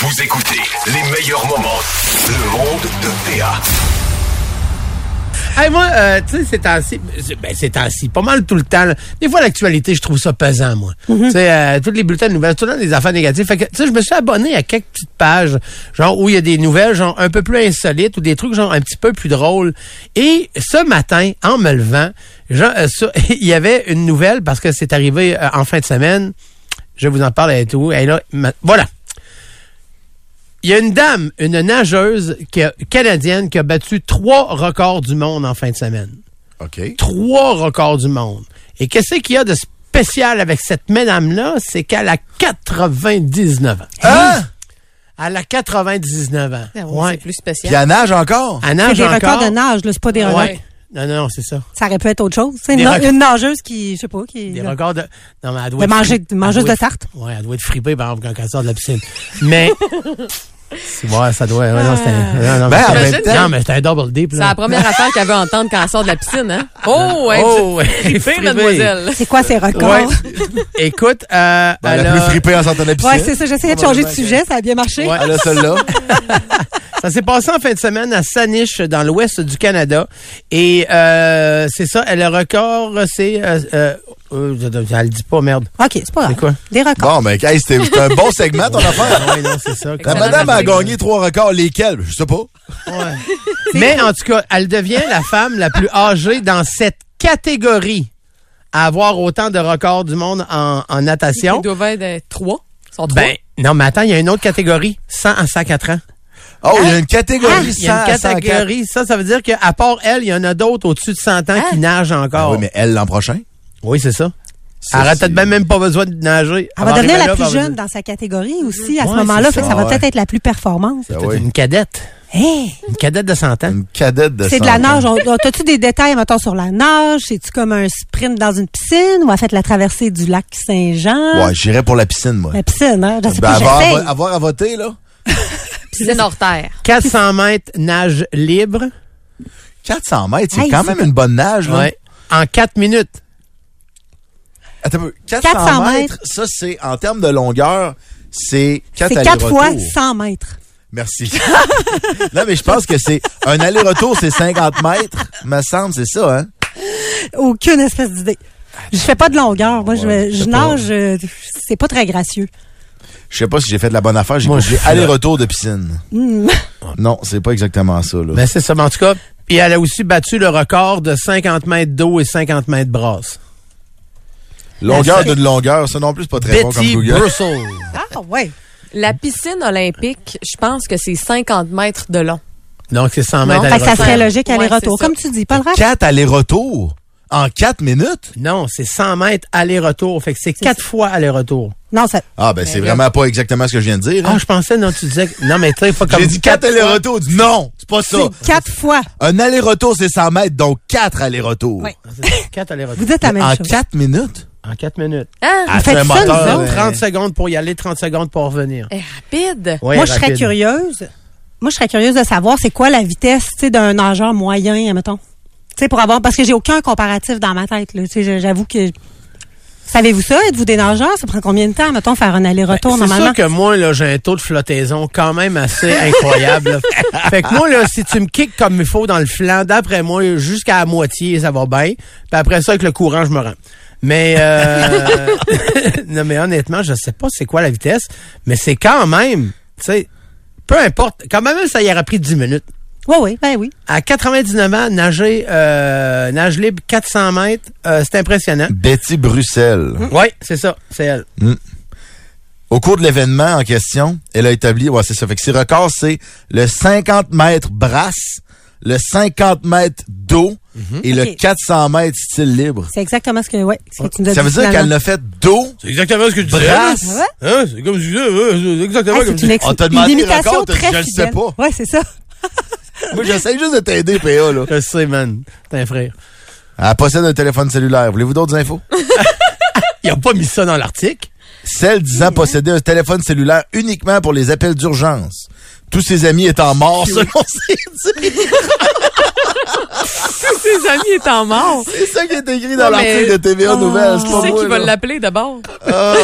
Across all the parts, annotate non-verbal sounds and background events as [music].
Vous écoutez les meilleurs moments. Le monde de Théa. Hey, moi, euh, tu sais, c'est ainsi, ben, c'est ainsi, pas mal tout le temps. là. Des fois, l'actualité, je trouve ça pesant, moi. Tu sais, euh, toutes les bulletins de nouvelles, tout le temps des affaires négatives. Fait que, tu sais, je me suis abonné à quelques petites pages, genre, où il y a des nouvelles, genre, un peu plus insolites ou des trucs, genre, un petit peu plus drôles. Et ce matin, en me levant, genre, euh, ça- [laughs] il y avait une nouvelle parce que c'est arrivé euh, en fin de semaine. Je vous en parle et tout. Et là, ma- voilà. Il y a une dame, une nageuse qui a- canadienne qui a battu trois records du monde en fin de semaine. OK. Trois records du monde. Et qu'est-ce qu'il y a de spécial avec cette madame-là? C'est qu'elle a 99 ans. Hein? Elle a 99 ans. Ben oui, Ouais. C'est plus Puis spécial. elle nage encore? Elle C'est nage des records Ah, encore. de nage, là, c'est pas des records. Ouais. Non, non, non, c'est ça. Ça aurait pu être autre chose. C'est Des une, records. une nageuse qui, je sais pas, qui. Des là. records de. Non, mais elle doit De être manger- fri- de manger elle doit de être- tarte. Ouais, elle doit être fripée, par exemple, quand elle sort de la piscine. [laughs] Mais. c'est- Ouais, ça doit. ouais, non, c'est un- Ah. non, non, Ben, mais en c'est- même temps- non, mais c'est un double dip. C'est là. la première affaire qu'elle veut entendre quand elle sort de la piscine, hein? Oh, ouais, Oh, ouais, fripée, fripée. mademoiselle. C'est quoi ces records? Ouais. Ouais, Écoute, euh, Ben, elle elle a a- plus frippé en sortant de la piscine. c'est ça. J'essayais de changer de sujet, ça a bien marché. Ouais. Elle a celle-là. ça s'est passé en fin de semaine à Saniche, dans l'ouest du Canada. Et euh, c'est ça, le record, c'est... Euh, euh, euh, elle le dit pas, merde. OK, c'est pas C'est grave. quoi? Des records. bon, mais hey, c'était c'était un bon segment, ton affaire. Ouais, non, c'est ça. La Excellent madame a article. gagné trois records. Lesquels? Je sais pas. Ouais. Mais en tout cas, elle devient la femme la plus âgée dans cette catégorie à avoir autant de records du monde en, en Ils natation. doivent être euh, trois. Ils sont trois. Ben, non, mais attends, il y a une autre catégorie, 100 à 104 ans. Oh, il y a une Ah, catégorie il y a 100 une à 104. catégorie. Ça, ça veut dire qu'à part elle, il y en a d'autres au-dessus de 100 ans qui nagent Ah encore. oui, mais elle, l'an prochain? Oui, c'est ça. Ça, Elle aurait peut-être c'est- même- même pas besoin de nager. Elle va devenir arriver la là, plus elle va jeune dire, dans sa catégorie aussi à ce Ouais, moment-là. c'est Fait que ça ça, va ouais. peut-être être la plus performante. Ah c'est oui. une cadette. Hey, Une cadette de 100 [laughs] ans. Une cadette de c'est de la 100 ans. nage. On- on- T'as-tu des détails, mettons, sur la nage? C'est-tu comme un sprint dans une piscine ou a fait la traversée du lac Saint-Jean? Ouais, j'irais pour la piscine, moi. La piscine, hein? Je sais Ben, pas, avoir, j'essaye. avoir à voter, là. piscine hors terre. 400 mètres nage libre. 400 mètres, c'est Hey, quand c'est même une bonne nage, là. Ouais. En 4 minutes. Attends, un peu. 400, 400 mètres, ça, c'est, en termes de longueur, c'est 4 C'est quatre fois allers-retours. 100 mètres. Merci. [laughs] non, mais je pense que c'est un aller-retour, c'est 50 mètres, me semble, c'est ça, hein? aucune espèce d'idée. Je fais pas de longueur. Moi, je, Ouais, je c'est nage. euh, C'est pas très gracieux. Je sais pas si j'ai fait de la bonne affaire, j'ai Moi, j'ai je suis aller-retour de piscine. Hmm. [laughs] Non, c'est pas exactement ça, là. Ben, c'est ça. Mais en tout cas, puis elle a aussi battu le record de 50 mètres d'eau et 50 mètres brasse. longueur d'une longueur, ça non plus, c'est pas très bon comme Betty Google. Brussel. Ah, ouais. La piscine olympique, je pense que c'est 50 mètres de long. Donc, c'est 100 Non, mètres Fait que ça aller-retour. serait logique Ouais, aller-retour. c'est ça. Comme tu dis, pas le reste. 4 allers-retours en 4 minutes? Non, c'est 100 mètres aller-retour. Fait que c'est 4 fois aller-retour. Non, ça. Ah, ben, c'est là- vraiment pas exactement ce que je viens de dire. Ah, hein. je pensais, non, tu disais. que- Non, mais tu sais, pas comme. [laughs] j'ai dit 4 allers-retours. dis- Non, c'est pas ça. C'est quatre fois. Un aller-retour, c'est 100 mètres, donc 4 allers-retours. Ouais. 4 Vous allers-retours. dites la même En chose. 4 minutes? En 4 minutes. Hein? Ah, faites c'est un ça, nous moteur. autres? euh, 30 secondes pour y aller, 30 secondes pour revenir. Eh, rapide. Ouais, Moi, je serais rapide. curieuse. Moi, je serais curieuse de savoir c'est quoi la vitesse tu sais, d'un nageur moyen, admettons. Tu sais, pour avoir. Parce que j'ai aucun comparatif dans ma tête. là. Tu sais, je- J'avoue que. Savez-vous ça? Êtes-vous des nageurs? Ça prend combien de temps, mettons, faire un aller-retour Ben, C'est normalement? sûr que moi, là, j'ai un taux de flottaison quand même assez incroyable. [laughs] là. fait que moi, là, si tu me kicks comme il faut dans le flanc, d'après moi, jusqu'à la moitié, ça va bien. Puis après ça, avec le courant, je me rends. Mais euh, [laughs] non, mais honnêtement, je sais pas c'est quoi la vitesse, mais c'est quand même, tu sais, peu importe, quand même ça y aurait pris 10 minutes. Oui, oui, ben oui. À 99 ans, nager, euh, nage libre 400 mètres, euh, c'est impressionnant. Betty Bruxelles. Hum. Oui, c'est ça, c'est elle. Au cours de l'événement en question, elle a établi, ouais, c'est ça. Fait que ses records, c'est le 50 mètres brasse, le 50 mètres d'eau Mhm. et le Ok. 400 mètres style libre. C'est exactement ce que, ouais, ce que Ah, tu nous as Ça dit veut dire finalement. qu'elle l'a fait d'eau. C'est exactement ce que tu disais. Brasse. Ouais. Hein? C'est comme je disais, ouais, c'est exactement Hey, Ah, c'est une, ex- On t'a une demandé les imitation records, t'as dit, très je le sais fidèle. pas. Ouais, c'est ça. Moi, j'essaie juste de t'aider, PA, là. Je sais, man. T'es un frère. Elle possède un téléphone cellulaire. Voulez-vous [laughs] d'autres infos? Il a pas mis ça dans l'article. Celle hein? disant posséder un téléphone cellulaire uniquement pour les appels d'urgence. Tous ses amis étant morts, selon ses dires. Tous ses amis étant morts. C'est ça qui est écrit Ouais, dans mais- l'article de TVA Nouvelles. c'est Qui pas c'est moi, qui va là. l'appeler d'abord? Ah.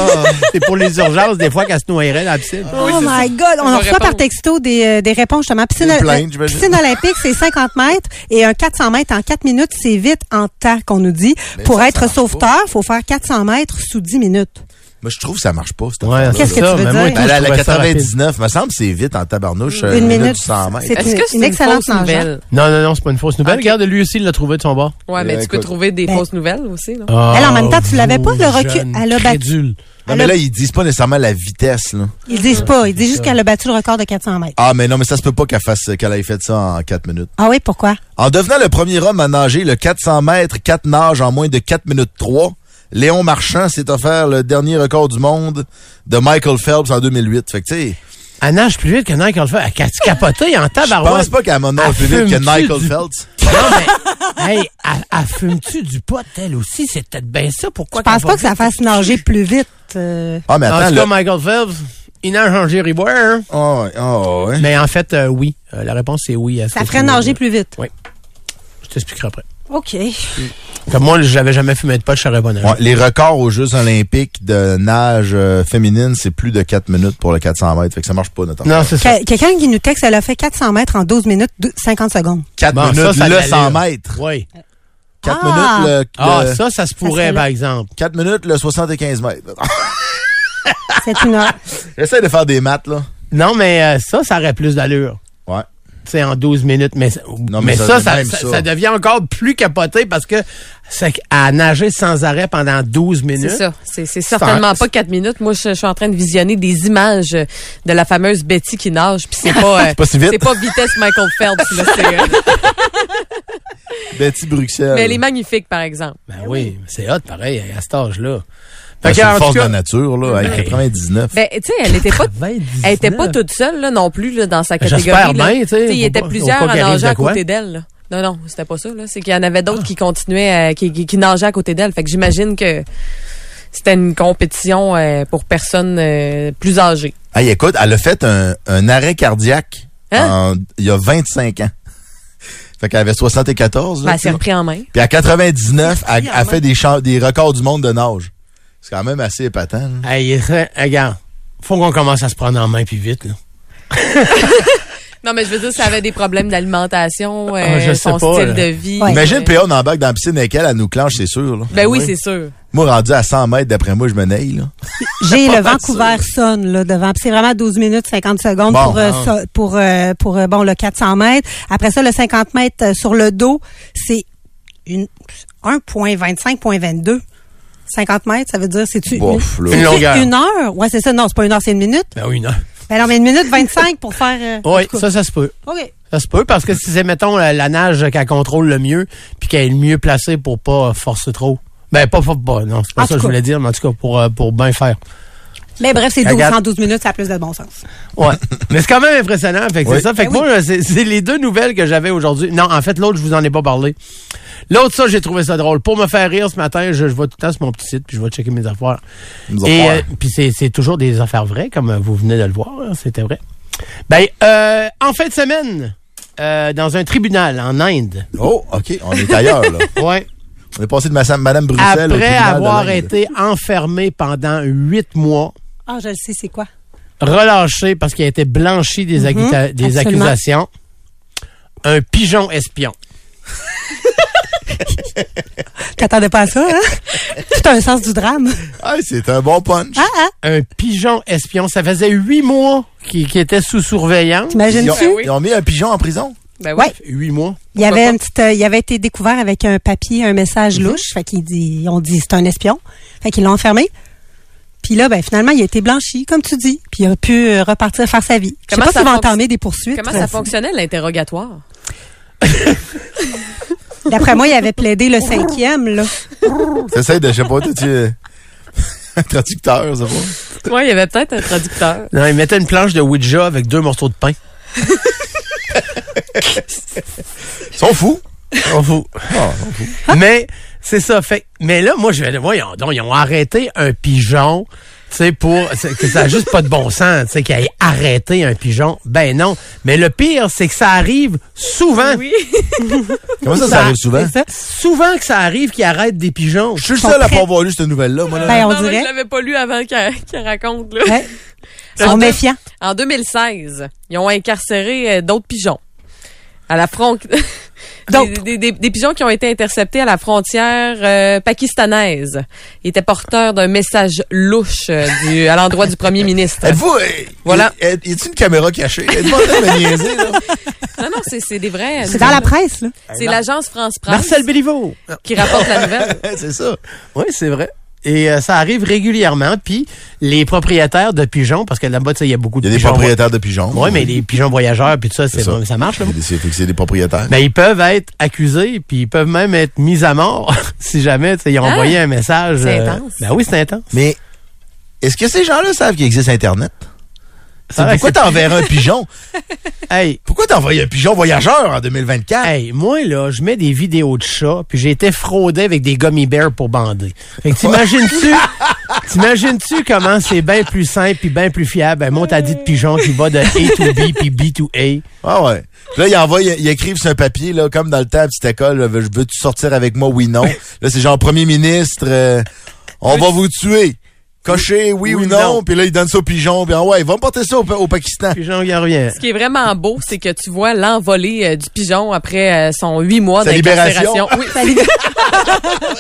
C'est pour les urgences, des fois, qu'elle se noyerait dans la piscine. Oui, oh c'est my God! On On, va en reçoit par répondre. texto des, euh, des réponses, justement. Piscine, Des euh, plaintes, j'imagine. piscine olympique, c'est 50 mètres et un 400 mètres en 4 minutes, c'est vite en temps qu'on nous dit. Mais Pour ça, ça être marche sauveteur, faut faire 400 mètres sous 10 minutes. Moi, je trouve que ça marche pas, cette Ouais, affaire-là. Qu'est-ce que ça, tu veux mais moi et dire? tout, Ben, je la, la trouvais ça rapide. 99, me semble, que c'est vite en tabarnouche. euh, Une minute, minute 100 mètres. c'est- Est-ce que c'est une, excellente fausse nouvelle? Non, non, non, c'est pas une fausse nouvelle. Ok. Regarde, lui aussi, il l'a trouvé de son bord. Ouais, mais Euh, tu peux écoute. Ah, trouver des Ben- fausses nouvelles aussi, là. Alors, en même temps, tu l'avais pas, le Oh, recul- elle a battu. Non, mais là, ils disent pas nécessairement la vitesse, là. Ils disent pas. Ils disent juste qu'elle a battu le record de 400 mètres. Ah, mais non, mais ça se peut pas qu'elle fasse, qu'elle ait fait ça en 4 minutes. Ah oui, pourquoi? En devenant le premier homme à nager le 400 mètres, 4 nages en moins de 4 minutes 3, Léon Marchand s'est offert le dernier record du monde de Michael Phelps en 2008. Fait que, tu sais, Elle nage plus vite que Michael Phelps. Elle a capoté en je tabarouette. pense pas qu'elle m'en Elle plus vite que Ah fume-tu Michael du- Phelps. Non, mais, hey, elle, elle fume-tu du pot, elle aussi? C'est peut-être bien ça. Pourquoi Je pense qu'elle pas va que ça vite? fasse nager plus vite. euh. Ah, mais En attends, tout cas, là. Michael Phelps, il nage en gériboire. hein? Oh, ouais, oh, ouais. Mais en fait, euh, oui. Euh, la réponse, c'est oui. à ce Ça que ferait tu- nager plus vite. Oui. Je t'expliquerai après. OK. Comme moi, j'avais jamais fumé de pot, je serais bon. Ouais, les records aux Jeux olympiques de nage euh, féminine, c'est plus de 4 minutes pour le 400 mètres. Fait que ça marche pas, notamment. Non, c'est ça. Que- Quelqu'un qui nous texte, elle a fait 400 mètres en 12 minutes dou- 50 secondes. 4 Bon, minutes ça, ça le l'allure. 100 mètres. Oui. 4 Ah! minutes le, Ah, le- ça, ça se pourrait, serait par là. exemple. 4 minutes le 75 mètres. [laughs] C'est une [laughs] heure. J'essaie de faire des maths, là. Non, mais euh, ça, ça aurait plus d'allure. Ouais. C'est en 12 minutes, mais, Non, mais, mais ça, ça, ça, même ça- ça. ça devient encore plus capoté parce que c'est qu- à nager sans arrêt pendant 12 minutes. C'est ça. C'est, c'est certainement pas quatre minutes. Moi, je, je suis en train de visionner des images euh, de la fameuse Betty qui nage. Puis c'est pas, [laughs] euh, pas si vite. c'est pas vitesse Michael Phelps. là, c'est, euh, Betty Euh, Bruxelles. mais elle est magnifique, par exemple. Ben oui, c'est hot, pareil, à cet âge-là. Ben, Fait c'est que, en une tout force de cas- la nature, là, avec Ben- 99. Ben, tu sais, elle était pas, 99. elle était pas toute seule là, non plus là, dans sa catégorie. Ben, J'espère là. bien, tu sais, Tu sais, Il faut était pas- plusieurs faut pas à qu'elle arrive nager de à quoi. Ah. côté d'elle. là. Non, non, c'était pas ça. Là. C'est qu'il y en avait d'autres qui continuaient, euh, qui, qui, qui nageaient à côté d'elle. Fait que j'imagine que c'était une compétition euh, pour personnes euh, plus âgées. Hey, écoute, elle a fait un, un arrêt cardiaque Hein? en- il y a 25 ans. Fait qu'elle avait 74. Ben, Là, elle s'est tu sais. repris en main. Puis à 99, elle a fait des, cha- des records du monde de nage. C'est quand même assez épatant. là. Ah, Hey, re- regarde, faut qu'on commence à se prendre en main puis vite. Là. Non, mais je veux dire, ça avait des problèmes d'alimentation, euh, Ah, je sais son pas, style là. de vie. Ouais. Imagine, P.A. on embarque dans la piscine avec elle, elle nous clenche, c'est sûr. Là. Ben oui, c'est sûr. Moi, rendu à 100 mètres, d'après moi, je me naille. Là. J'ai le mal Vancouver sonne là devant. Puis C'est vraiment 12 minutes 50 secondes Bon, pour euh, Ah. hein. ça- pour euh, pour euh, bon le 400 mètres. Après ça le 50 mètres euh, sur le dos, c'est une 1.25.22. 50 mètres, ça veut dire c'est tu Bof, là. Une longueur. une heure Ouais, c'est ça. Non, c'est pas une heure, c'est une minute. Ben oui, non. Ben non, mais une minute 25 pour faire euh, en Oui, tout cas. ça, ça se peut. OK. Ça se peut parce que si c'est, mettons, la, la nage qu'elle contrôle le mieux puis qu'elle est le mieux placée pour pas forcer trop. Ben, pas, pas, pas non, c'est pas En ça que tout je cas. voulais dire, mais en tout cas, pour, euh, pour bien faire. Mais bref, c'est 12, Regarde. 112 minutes, ça a plus de bon sens. [laughs] Ouais. Mais c'est quand même impressionnant. Fait que Oui. c'est ça. Fait que Ben oui. moi, c'est, c'est les deux nouvelles que j'avais aujourd'hui. Non, en fait, l'autre, je vous en ai pas parlé. L'autre, ça, j'ai trouvé ça drôle. Pour me faire rire ce matin, je, je vais tout le temps sur mon petit site puis je vais checker mes affaires. Mes Et affaires. euh, puis c'est, c'est toujours des affaires vraies, comme euh, vous venez de le voir. hein, c'était vrai. Ben, euh, en fin de semaine, euh, dans un tribunal en Inde. Oh, OK, on est ailleurs. Là. Ouais. on est passé de Madame, Madame Bruxelles au Après tribunal de avoir l'Inde. été enfermé pendant huit mois, Ah, je le sais, c'est quoi relâché parce qu'il a été blanchi Mhm. des, accusa- des absolument. accusations, un pigeon espion. T'attendais pas à ça, hein [laughs] Tout un sens du drame. Ah, c'est un bon punch. Ah ah, Un pigeon espion, ça faisait huit mois qu'il qu'il était sous surveillance. ils, ont, t'imagines-tu oui. ils ont mis un pigeon en prison? Ben oui. Ouais. Huit mois. Il y Pourquoi avait pas? Mhm. une petite, euh, il avait été découvert avec un papier, un message louche. Fait qu'ils dit, on dit c'est un espion. Fait qu'ils l'ont enfermé. Puis là, ben finalement, il a été blanchi, comme tu dis. Puis il a pu euh, repartir faire sa vie. Je sais Comment pas ça s'il va fonc- entamer des poursuites. Comment ça fonctionnait l'interrogatoire? D'après moi, il avait plaidé [laughs] le cinquième. Là. T'essayes de, je sais pas, t'es-tu euh, [laughs] un traducteur, c'est pas? Ouais, il y avait peut-être un traducteur. [laughs] Non, il mettait une planche de Ouija avec deux morceaux de pain. Ils sont fous. On vous- Ah, ils sont fous. Mais c'est ça. Fait, mais là, moi, je vais aller, voyons donc, ils ont arrêté un pigeon tu sais, pour c'est- que ça a juste pas de bon sens, tu sais, qu'il ait arrêté un pigeon. Ben non. Mais le pire, c'est que ça arrive souvent. Oui. Comment ça, ça arrive souvent? C'est ça. Souvent que ça arrive qu'il arrête des pigeons. Je suis le Ils sont seul à très- pas avoir lu cette nouvelle-là, moi, là. Ben, on Non, mais dirait. Je l'avais pas lu avant qu'elle qu'elle raconte. Là. [laughs] Ouais. Ils En sont deux- méfiants. En 2016, ils ont incarcéré euh, d'autres pigeons à la frontière. D'autres. [laughs] Des, des- des- des pigeons qui ont été interceptés à la frontière euh, pakistanaise. Ils étaient porteurs d'un message louche euh, du, à l'endroit du premier ministre. Êtes-vous. euh, Voilà. Y y a-t-il une caméra cachée? Êtes-vous en train de me [laughs] niaiser, là? [laughs] Non, non, c'est c'est des vrais. C'est dans la presse, là. C'est l'agence France Presse Marcel Béliveau. Ah. qui rapporte la nouvelle. c'est ça. Oui, c'est vrai. Et euh, ça arrive régulièrement. Puis les propriétaires de pigeons, parce que là-bas, tu sais, il y a beaucoup Il de y a des pigeons. propriétaires de pigeons. Oui, mais les pigeons voyageurs, puis tout ça, c'est C'est ça. bon, ça marche. Là. Il y a des- C'est fait que c'est des propriétaires. Ben, ils peuvent être accusés, puis ils peuvent même être mis à mort [laughs] si jamais tu sais, ils ont Ah! envoyé un message. C'est intense. Ben oui, c'est intense. Mais est-ce que ces gens-là savent qu'il existe Internet? C'est vrai Pourquoi que c'est- t'enverrais un pigeon? Ah, Hey, Pourquoi t'envoies un pigeon voyageur en 2024? Ah! hey, moi, là, je mets des vidéos de chats, puis j'ai été fraudé avec des gummy bears pour bander. Fait que [laughs] t'imagines-tu, t'imagines-tu comment c'est bien plus simple puis bien plus fiable, un dit de pigeon qui va de A to B puis B to A. Ah ouais. Puis là, ils envoient, ils, ils écrivent sur un papier, là, comme dans le temps, à petite école, là, veux- veux-tu sortir avec moi, oui, [laughs] non. là, c'est genre, premier ministre, euh, on va vous tuer. Cochez oui, Oui ou ou non. non. Puis là, ils donnent ça au pigeon. Puis ah ouais, va me porter ça au, Pa- au [laughs] Pakistan. Pigeon qui en revient. Ce qui est vraiment beau, c'est que tu vois l'envolée euh, du pigeon après euh, son huit mois Sa d'incarcération. libération. Oui,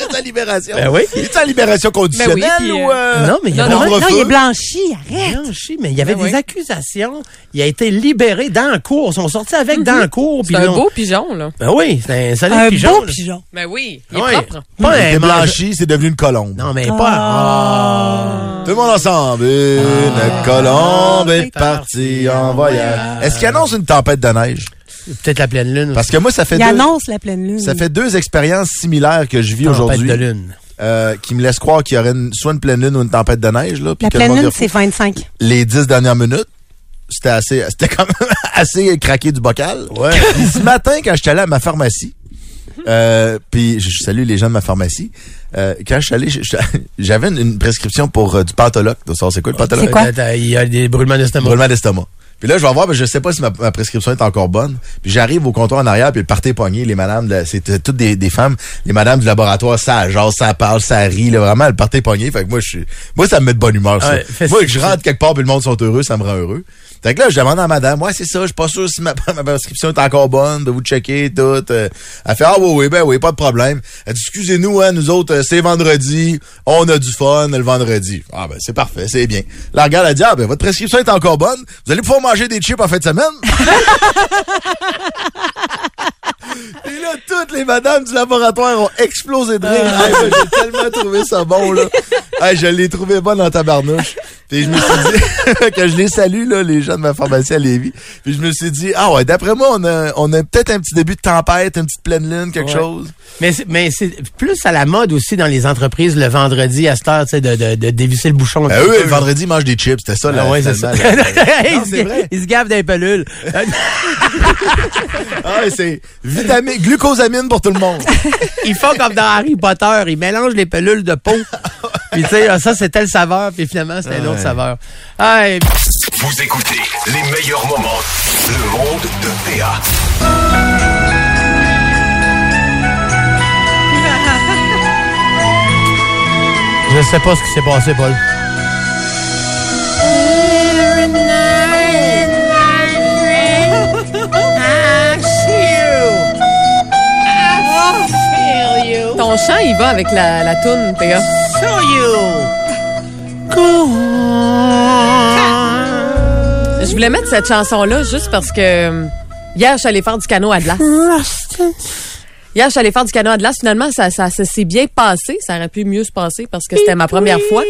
C'est la libération. Ben oui. C'est la libération conditionnelle Ben oui, puis, ou... euh, Non, mais il y a Non, vraiment- non, Non, il feu. est blanchi, arrête. Blanchi, mais il y avait Ben des oui. accusations. Il a été libéré dans la cour. Ils sont sortis avec dans la cour. puis Mhm. c'est ils un ont- beau pigeon, là. Ben oui, c'est un solide Un pigeon. beau pigeon. Ben oui, il est Ouais. hein. propre. Pas il était un mange- blanchi, c'est devenu une colombe. Non, mais Ah. Ah. pas. Tout le monde ensemble. Une colombe est c'est partie en voyage. Est-ce qu'il annonce une tempête de neige? Ah, Peut-être la pleine lune. Parce que moi, ça fait Il deux... annonce la pleine lune. Ça fait deux expériences similaires que je vis Tempête aujourd'hui de lune. euh, qui me laissent croire qu'il y aurait une- soit une pleine lune ou une tempête de neige. Là, puis La que le pleine monde lune, le fout. c'est 25. Les dix dernières minutes, c'était assez, [laughs] c'était quand même assez craqué du bocal. [laughs] Ouais. ce matin, quand j'étais allé à ma pharmacie, euh, puis je je salue les gens de ma pharmacie. euh, quand je suis allé, je- [laughs] je- j'avais une, une prescription pour euh, du pantoloc. Tu sais, c'est quoi le pantoloc? C'est quoi? Attends, euh, Il y a des brûlements d'estomac. Brûlement d'estomac. Puis là, je vais voir, ben, je sais pas si ma, ma prescription est encore bonne. Puis j'arrive au comptoir en arrière, puis le party est pogné, les madames, de la- c'est euh, toutes des, des femmes, les madames du laboratoire, ça jase, ça parle, ça rit, là, vraiment, le party est pogné. Fait que moi, je suis, moi, ça me met de bonne humeur, ça. Ouais, festif, moi, que je rentre quelque part, puis le monde sont heureux, ça me rend heureux. Fait que là, je demande à madame, ouais, c'est ça, je suis pas sûr si ma, [laughs] ma prescription est encore bonne, de vous checker, tout. Euh, elle fait, ah oui, oui, ben oui, pas de problème. Elle dit, excusez-nous, hein, nous autres, euh, c'est vendredi, on a du fun le vendredi. Ah ben, c'est parfait, c'est bien. La regarde, elle dit, ah ben, votre prescription est encore bonne, vous allez pouvoir manger des chips en fin de semaine. Et là, toutes les madames du laboratoire ont explosé de rire. Hey, moi, j'ai tellement trouvé ça bon, là. Hey, je l'ai trouvé bonne en tabarnouche. Puis je me suis dit, [laughs] que je les salue, là, les gens de ma pharmacie à Lévis. Puis je me suis dit, ah ouais, d'après moi, on a, on a peut-être un petit début de tempête, une petite pleine lune, quelque Ouais. chose. Mais c'est- mais c'est plus à la mode aussi dans les entreprises le vendredi à cette heure, tu sais, de, de, de dévisser le bouchon. un Ben, petit eux, peu, le là. vendredi, ils mangent des chips. C'était ça, Ah là. ouais, c'est ça. finalement, là. Ils [laughs] Non, c'est se- vrai. ils se gavent des pelules. Ah ouais, c'est vitamine, glucosamine pour tout [laughs] le monde. [laughs] ils font comme dans Harry Potter, ils mélangent les pelules de peau. Puis tu sais, ah, ça c'est telle saveur, puis finalement c'était une autre saveur. Ah, et- Vous écoutez les meilleurs moments. Le monde de Théa. je sais pas ce qui s'est passé, Paul. Ton chant, il va avec la, la toune, Théa. Je voulais mettre cette chanson-là juste parce que euh, hier, je suis allée faire du canot à glace. Hier, je suis allée faire du canot à glace. Finalement, ça, ça, ça s'est bien passé. Ça aurait pu mieux se passer parce que c'était ma première fois.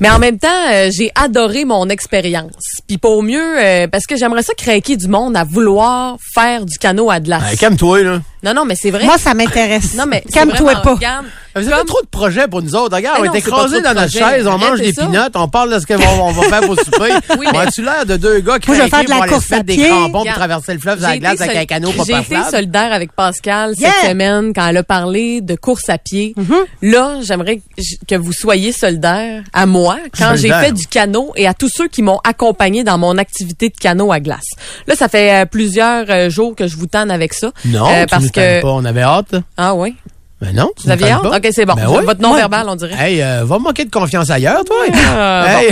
Mais en même temps, euh, j'ai adoré mon expérience. Puis pour mieux, euh, parce que j'aimerais ça craquer du monde à vouloir faire du canot à glace. Ah, Hey, Calme-toi, là. non, non, mais c'est vrai. Euh, Moi, ça m'intéresse. non, mais c'est Calme-toi vraiment- pas. regarde, Vous comme- avez trop de projets pour nous autres. Regarde, Mais on non, est c'est pas trop écrasés de dans notre projets. chaise, on mange Arrêtez des ça. pinottes, on parle de ce qu'on on va faire pour souper. [laughs] Oui, on mais- a-tu l'air de deux gars qui Moi, je vais faire de la pour aller se course faire à des pied. crampons pour Regarde, traverser le fleuve J'ai dans la été glace avec sol- un canot pas J'ai été perforable? solidaire avec Pascal cette Yeah! semaine quand elle Mm-hmm. a parlé de course à pied. Là, j'aimerais que j- que vous soyez solidaire à moi moi quand j'ai Solidaire. fait du canot et à tous ceux qui m'ont accompagné dans mon activité de canot à glace. Là, ça fait euh, plusieurs euh, jours que je vous tanne avec ça. Non, Euh, tu nous tannes pas. On avait hâte. là. Ah oui? Ben non. tu Vous nous aviez tannes hâte? pas. OK, c'est bon. Ben oui. Votre non-verbal, on dirait. Hey, euh, va manquer de confiance ailleurs, toi. Euh, Hey,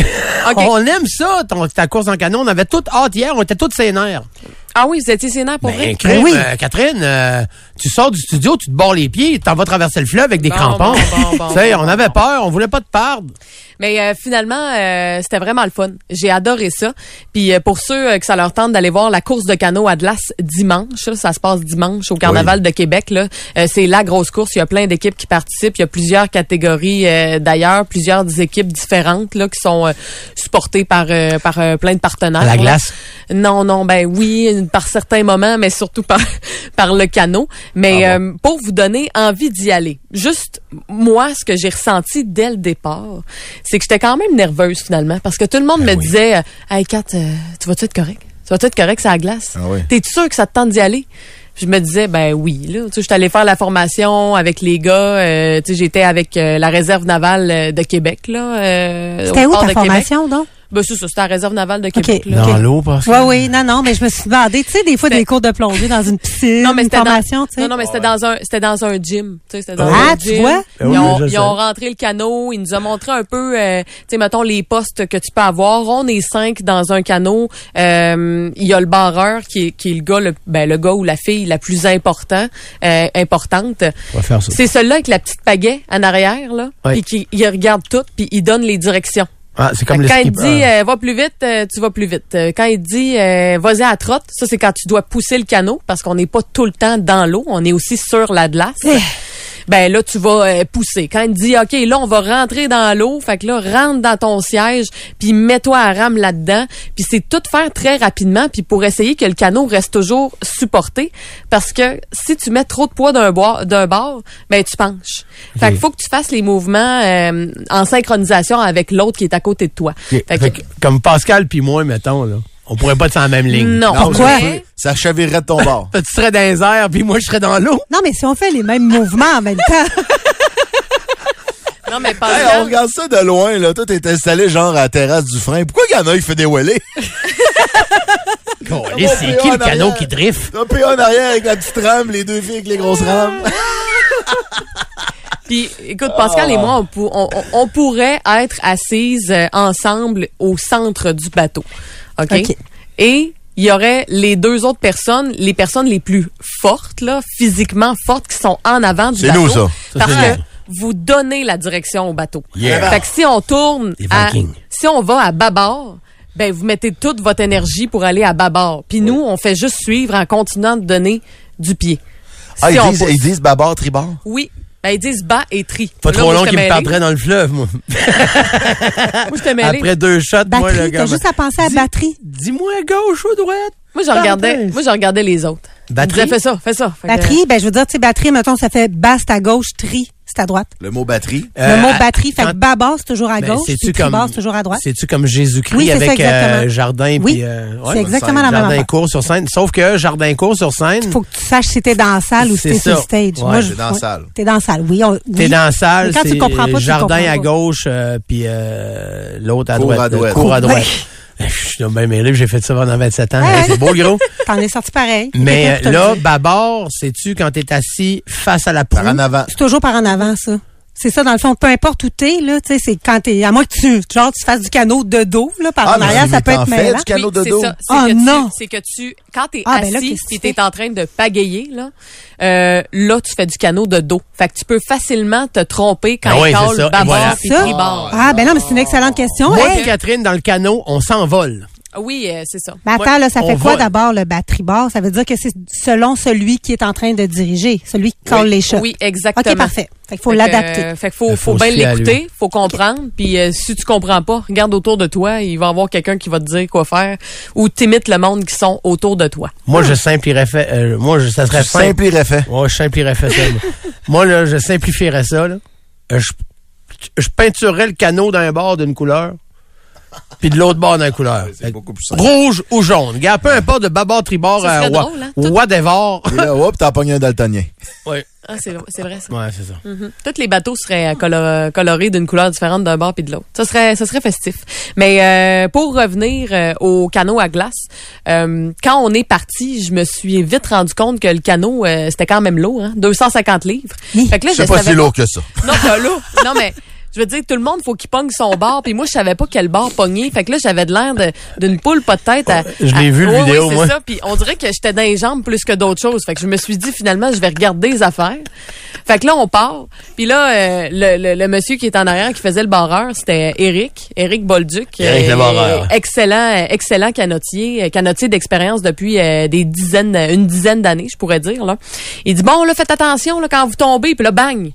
bon. OK. On aime ça, ton- ta course en canon. On avait toute hâte hier, on était toutes sénères. Ah oui, vous étiez sénat pour vrai? Ben, crime, oui. euh, Catherine, euh, tu sors du studio, tu te bords les pieds, t'en vas traverser le fleuve avec des Bon, crampons. [laughs] bon, bon, bon, Tu sais, bon, on avait peur, on voulait pas te perdre. Mais euh, finalement, euh, c'était vraiment le fun. J'ai adoré ça. Puis euh, pour ceux euh, que ça leur tente d'aller voir la course de canot à glace dimanche, là, ça se passe dimanche au Carnaval de Québec. Là, Euh, c'est la grosse course. Il y a plein d'équipes qui participent. Il y a plusieurs catégories euh, d'ailleurs, plusieurs des équipes différentes là qui sont euh, supportées par euh, par euh, plein de partenaires. À la là. glace. Non, non, ben oui, par certains moments, mais surtout par, [laughs] par le canot. Mais Ah euh, pour vous donner envie d'y aller, juste moi, ce que j'ai ressenti dès le départ, c'est que j'étais quand même nerveuse finalement, parce que tout le Ben monde me disait, euh, Hey Kat, euh, tu vas-tu être correct? Tu vas-tu être correct, c'est à la glace? Ah oui. T'es sûr que ça te tente d'y aller? Puis Je me disais ben oui là, tu sais, j'étais allée faire la formation avec les gars, euh, tu sais, j'étais avec euh, la réserve navale euh, de Québec là. euh, C'était au où port ta de Québec. formation, donc? Ben c'est ça, c'était la réserve navale de OK. Québec là. Dans OK. l'eau, parce que- Oui, oui, non, non, mais je me suis demandé, tu sais, des fois, C'était- Ben, des cours de plongée dans une [laughs] piscine, Non, mais une c'était dans, formation, tu sais. non, non, mais c'était dans un, c'était dans un gym. Tu sais, c'était dans Ah, un tu gym. vois? Ben oui, Ils ont, je ils sais. ont rentré le canot. Ils nous ont montré un peu, euh, tu sais, mettons les postes que tu peux avoir. On est cinq dans un canot. Euh, Il y a le barreur qui est, qui est le gars, le, ben, le gars ou la fille la plus important, euh, importante. On va faire ça. C'est celui-là avec la petite pagaie en arrière là, Ouais. puis qui il regarde tout, puis il donne les directions. Ah, c'est comme Fait le que quand il skipper. dit euh, va plus vite, euh, tu vas plus vite. Euh, quand il dit euh, vas-y à la trotte, ça c'est quand tu dois pousser le canot parce qu'on n'est pas tout le temps dans l'eau, on est aussi sur la glace. ben là tu vas euh, pousser. Quand il dit OK, là on va rentrer dans l'eau, fait que là rentre dans ton siège, puis mets-toi à rame là-dedans, puis c'est tout faire très rapidement puis pour essayer que le canot reste toujours supporté parce que si tu mets trop de poids d'un bois d'un bord, ben tu penches. Fait Ok. que faut que tu fasses les mouvements euh, en synchronisation avec l'autre qui est à côté de toi. Ok. Fait que- Fait que comme Pascal puis moi, mettons, là, on pourrait pas être sur la même ligne. Non. Pourquoi? mais- Ça chavirerait de ton bord. Tu serais dans les airs, puis moi, je serais dans l'eau. Non, mais si on fait les mêmes mouvements en même [laughs] temps, Non, mais Ah, Hey, on Pascal, regarde ça de loin, là. Toi, t'es installé genre à la terrasse du frein. Pourquoi qu'il y en a, il fait des wellés? Colin, c'est qui le canot qui drift? T'as payé en arrière avec la petite rame, les deux filles avec les grosses Ah. rames. puis écoute, Pascal et moi, on, pour- on- on- on pourrait être assises euh, ensemble au centre du bateau. OK? OK. Et il y aurait les deux autres personnes, les personnes les plus fortes, là, physiquement fortes, qui sont en avant du C'est bateau. nous, ça. Ça, Parce c'est que vous donnez la direction au bateau. Yeah. Fait que si on tourne, Les à- Vikings. si on va à bâbord, ben vous mettez toute votre énergie pour aller à bâbord. Puis nous, on fait juste suivre en continuant de donner du pied. Ah, Si ils on disent, pousse- ils disent babard, tribord. Oui. Ben, ils disent bas et tri. Pas Là, trop moi, long j'étais qu'il me mêlée. perdrait dans le fleuve, moi. Moi, j'étais mêlée. Après deux shots, moi, le batterie, gars. ben, t'as juste à penser à Dis- batterie. Dis-moi gauche ou droite? Moi, je regardais, moi, je regardais les autres. Batterie? Je disais, fais ça, fais ça. Fait que- Batterie, ben, je veux dire, tu sais, batterie, mettons, ça fait bas, c'est à gauche, tri, c'est à droite. Le mot batterie. Euh, le mot à- batterie, fait que quand- baba, c'est toujours à Ben, gauche, c'est-tu puis comme- tribord, c'est toujours à droite. C'est-tu comme Jésus-Christ Oui, c'est ça, avec exactement. euh, Jardin Oui, puis, euh, c'est exactement la même Jardin affaire. court sur scène. Sauf que Jardin court sur scène, Faut que tu saches si t'es dans la salle ou si C'est t'es sur le ça. stage. Ouais, Moi, je- t'es dans la ouais. salle. T'es dans la salle, oui. on- t'es oui. dans la salle, Mais quand c'est tu comprends pas, tu Jardin comprends à pas. gauche euh, puis euh, l'autre à Court à droite. droite. Cours à Court. droite. Ben, Je suis donc bien mêlé, j'ai fait ça pendant 27 ans. Ouais. C'est beau, [laughs] le gros. T'en es sorti pareil. Mais [laughs] Je te euh, le là, dis. bâbord, sais-tu quand t'es assis face à la proue? Hmm. Par en avant. c'est toujours par en avant, ça. C'est ça, dans le fond, peu importe où t'es, là, tu sais, c'est quand t'es, à moins que tu, genre, tu fasses du canot de dos, là, par Ah, en mais- arrière, mais ça peut t'en être fais mêlant. du canot Oui, de c'est dos. ça. C'est Ah, que non. Tu, c'est que tu, quand t'es Ah, ben là, assis, qu'est-ce puis que tu t'es en train de pagayer, là, euh, là, tu fais du canot de dos. Fait que tu peux facilement te tromper quand Ah il oui, c'est colle ça. Et bâbord voilà. puis Ça? tribord. Ah, ben non, mais c'est une excellente question. Moi Hey! et Catherine, dans le canot, on s'envole. Oui, euh, c'est ça. Mais attends, Ouais, là, ça on fait quoi vole. d'abord le batterie bord? Ça veut dire que c'est selon celui qui est en train de diriger, celui qui colle les shots. Oui, exactement. OK, parfait. Fait qu'il faut Fait que, l'adapter. euh, fait qu'il Ben, faut, Il faut faut bien se fier à l'écouter, faut comprendre. Puis euh, si tu comprends pas, regarde autour de toi, il va y avoir quelqu'un qui va te dire quoi faire ou t'imites le monde qui sont autour de toi. Moi, Hum. je simplifierais fait. euh, moi, je, ça serait Tu simple. simplierais fait. [laughs] Ouais, je simplifierais ça. moi. moi, là, je simplifierais ça. Là. Euh, Je, je peinturerais le canot d'un bord d'une couleur. puis de l'autre bord d'un couleur. c'est Fait que beaucoup plus simple. rouge ou jaune. Regarde, peu importe de bâbord, tribord, Ça à serait wa- drôle, hein? Tout- whatever. Et là, hop, t'as pogné un daltonien. ouais, Ah, c'est c'est vrai, ça. ouais c'est ça. Mhm. Tous les bateaux seraient euh, colo- colorés d'une couleur différente d'un bord puis de l'autre. Ça serait, ça serait festif. Mais euh, pour revenir euh, au canot à glace, euh, quand on est parti, je me suis vite rendu compte que le canot, euh, c'était quand même lourd, hein? 250 livres. Fait que là, Je sais pas si savais c'est lourd que ça. non, pas là. Non, mais je veux dire, tout le monde, faut qu'il pogne son bord. Puis moi, je savais pas quel bord pogner. Fait que là, j'avais de l'air de- d'une poule pas de tête. À, Je l'ai à- vu, le Oui, oui, vidéo, c'est moi. ça. Puis on dirait que j'étais dans les jambes plus que d'autres choses. Fait que je me suis dit, finalement, je vais regarder les affaires. Fait que là, on part. Puis là, euh, le, le- le monsieur qui est en arrière, qui faisait le barreur, c'était Eric. Eric Bolduc. euh, Éric le barreur. Excellent, euh, excellent canotier, euh, canotier d'expérience depuis euh, des dizaines, euh, une dizaine d'années, je pourrais dire. Là. Il dit bon, là, faites attention là, quand vous tombez, puis là, bang,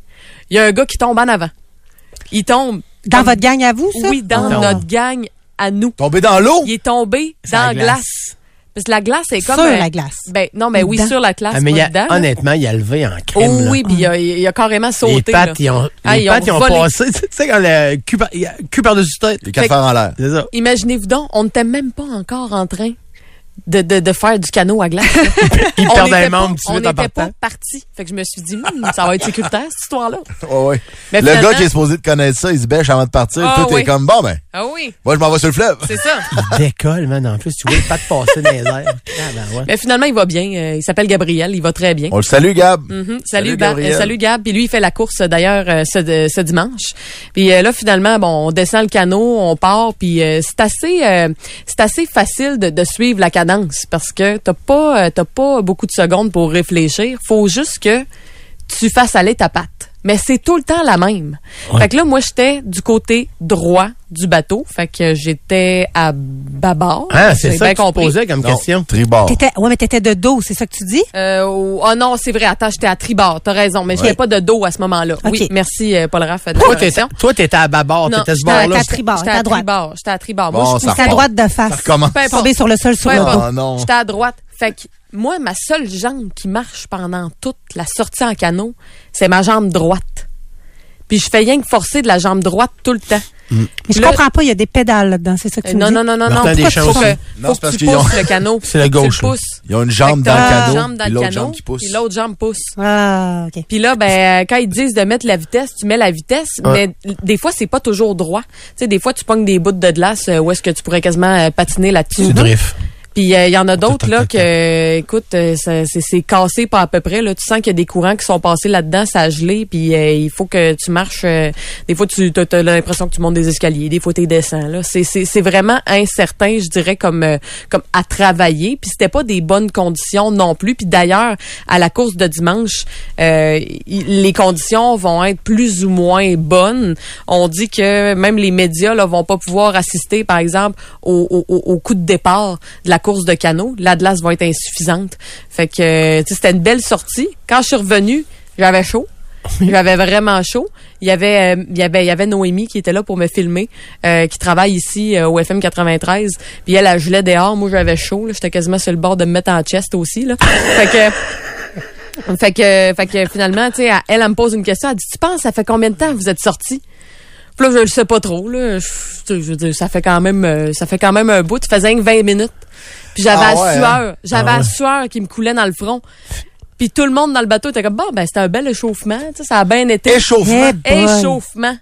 il y a un gars qui tombe en avant. Il tombe Dans comme- votre gang à vous, ça? oui, dans Ah. notre gang à nous. Tombé dans l'eau? Il est tombé Sur dans la la glace. glace. Parce que la glace est comme Sur euh, la glace. Ben non, mais oui, Dedans. sur la glace, Ah, mais pas il a- dedans, là. honnêtement, il a levé en crème. Oh là. oui, puis il a, il a carrément sauté. les là. pattes, ils ont, Ah, les ils pattes, ont ils ont volé. passé. [laughs] Tu sais, tu sais, quand le cul, par, il y a- cul par-dessus tête. Les quatre fers en l'air. C'est ça. Imaginez-vous donc, on n'était même pas encore en train de, de, de faire du canot à glace. [laughs] Ils on perdent n'était un pas- membre tout de On suite en n'était pas partant. parti. Fait que je me suis dit, Hum, ça va être sécuritaire, cette histoire-là. [laughs] Ouais, ouais. Mais le finalement- gars qui est supposé de connaître ça, il se bêche avant de partir. Ah, Tout est oui. comme, bon, ben, Ah oui, moi, je m'en vais sur le fleuve. c'est ça. Il décolle, man. En plus, tu vois les pattes passer dans les [laughs] airs. Ah, ben ouais. Mais finalement, il va bien. Euh, Il s'appelle Gabriel, il va très bien. On le salue, Gab. Mhm. Salut, Gab- Gabriel. euh, salut Gab. Puis lui, il fait la course euh, d'ailleurs euh, ce, de- ce dimanche. Puis euh, là, finalement, bon, on descend le canot, on part. Puis euh, c'est assez, euh, c'est assez facile de, de suivre la cadence parce que t'as pas, euh, t'as pas beaucoup de secondes pour réfléchir. Faut juste que tu fasses aller ta patte. Mais c'est tout le temps la même. Ouais. Fait que là, moi, j'étais du côté droit du bateau. Fait que j'étais à bâbord. Ah, c'est J'ai ça bien que tu posais comme Non, question. Tribord. T'étais, ouais, mais t'étais de dos, c'est ça que tu dis? Euh, ou- oh non, c'est vrai. Attends, j'étais à tribord. T'as raison, mais j'étais pas de dos à ce moment-là. Ok. Oui, merci euh, Paul Raff. de la Toi, t'étais, correction. toi, t'étais à Oh, bâbord. Non, T'étais ce j'étais bord-là. à tribord, J'étais t'es à à droite. tribord. J'étais à tribord. Bon, Moi, je- Ça C'est à repart. droite de face. Ça recommence. Peu importe. Tombé sur le sol sur Peu le importe. dos. Ah, non. J'étais à droite. Fait que moi, ma seule jambe qui marche pendant toute la sortie en canot, c'est ma jambe droite. Puis je fais rien que forcer de la jambe droite tout le temps. Mm. Mais je Là- comprends pas, il y a des pédales là-dedans, c'est ça que Euh, tu me non, dis? non, non, non, non. Martin Pourquoi Deschamps faut aussi. que, Non, faut c'est que parce tu qu'ils ont- pousses le [laughs] canot. C'est la Faut que tu gauche, le là. pousses. Ils ont Fait une que jambe t'as dans le la canot, jambe dans puis le l'autre canot, jambe qui pousse. Puis l'autre jambe pousse. Ah, OK. Puis là, ben, euh, quand ils disent de mettre la vitesse, tu mets la vitesse, Ouais. mais l- des fois, c'est pas toujours droit. Tu sais, des fois, tu pognes des bouts de glace euh, où est-ce que tu pourrais quasiment euh, patiner là-dessus. Tu drift. Puis euh, il y en a d'autres, là, tac, que, euh, écoute, euh, ça- c'est c'est cassé pas à peu près, là. Tu sens qu'il y a des courants qui sont passés là-dedans, ça a gelé, puis euh, il faut que tu marches. euh, des fois, tu as, l'impression que tu montes des escaliers, des fois, tu descends, là. C'est- C'est c'est vraiment incertain, je dirais, comme, euh, comme à travailler. Puis c'était pas des bonnes conditions non plus. Puis d'ailleurs, à la course de dimanche, euh, y- les conditions vont être plus ou moins bonnes. On dit que même les médias là, vont pas pouvoir assister, par exemple, au, au- au- au coup de départ de la course de canot. La glace va être insuffisante. Fait que euh, tu sais, c'était une belle sortie. Quand je suis revenue, j'avais chaud. J'avais vraiment chaud. Il y avait, euh, il y avait, il y avait Noémie qui était là pour me filmer, euh, qui travaille ici euh, au FM 93. Puis elle, elle gelait dehors. Moi, j'avais chaud. là. J'étais quasiment sur le bord de me mettre en chest aussi. Là. fait que, fait que, fait que finalement, tu sais, elle, elle, elle me pose une question. Elle dit, tu penses, ça fait combien de temps que vous êtes sortis? Puis là, je le sais pas trop. Là. Je, tu sais, je veux dire, ça fait quand même, euh, ça fait quand même un bout. Tu faisais rien que 20 minutes. Puis j'avais Ah la ouais, sueur. hein? J'avais la sueur qui me coulait dans le front. Puis tout le monde dans le bateau était comme, bon, ben, c'était un bel échauffement. Tu sais, ça a bien été. Échauffement. Eh, boy. Échauffement.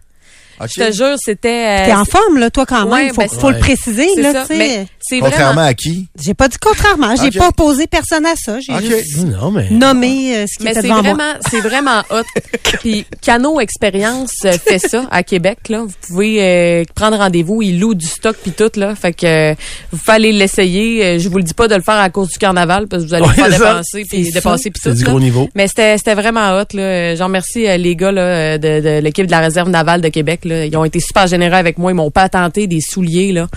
Ok. Je te jure, c'était. euh, T'es en forme, là, toi, quand Ouais, même. Faut, ben, faut ouais. le préciser, c'est là, ça. tu sais. Mais c'est Contrairement vraiment. à qui? J'ai pas dit contrairement. J'ai Ok. pas opposé personne à ça. J'ai Ok. juste Non, mais. nommé euh, ce qui Mais était c'est devant moi. vraiment, c'est vraiment [laughs] hot. Puis Cano Expérience euh, fait ça à Québec. Là, vous pouvez euh, prendre rendez-vous. Ils louent du stock puis tout là. Fait que euh, vous pouvez aller l'essayer. Euh, Je vous le dis pas de le faire à cause du carnaval parce que vous allez Ouais, vous faire c'est ça. dépenser puis C'est ça. dépasser puis tout. C'est du là. gros niveau. Mais c'était c'était vraiment hot. Là. Euh, J'en remercie euh, les gars là, euh, de, de l'équipe de la réserve navale de Québec. Là. Ils ont été super généreux avec moi. Ils m'ont patenté des souliers. Là.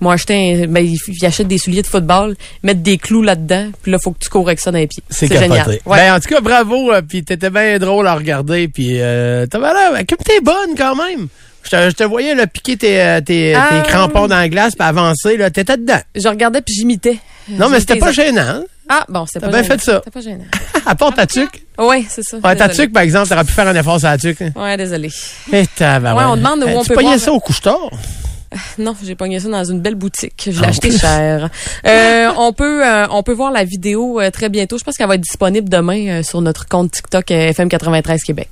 Ils m'ont acheté un- ben, ils, ils achètent des souliers de football, mettent des clous là-dedans. Puis là, faut que tu cours avec ça dans les pieds. C'est C'est génial. capoté. Ouais. Ben, en tout cas, bravo. euh, Puis t'étais bien drôle à regarder. Puis euh, t'avais l'air. ben, Comme t'es bonne quand même. Je te, je te voyais là, piquer tes, euh, tes, Ah. tes crampons dans la glace puis avancer. Là, t'étais dedans. Je regardais puis j'imitais. Non, mais c'était pas gênant. gênant. Ah, bon, c'est T'as pas bien gênant. fait ça. C'était pas gênant. À part ta tuque. Oui, c'est ça. Ouais, ta Ah, Désolée. tuque, par exemple, t'aurais pu faire un effort sur la tuque. hein. Ouais, désolé. Et ta Ouais, on demande où on tu peut pognais boire. ça au couche-tard. Non, j'ai pogné ça dans une belle boutique. Je l'ai Ah. acheté cher. [laughs] Euh, on peut euh, on peut voir la vidéo euh, très bientôt. Je pense qu'elle va être disponible demain euh, sur notre compte TikTok euh, FM 93 Québec.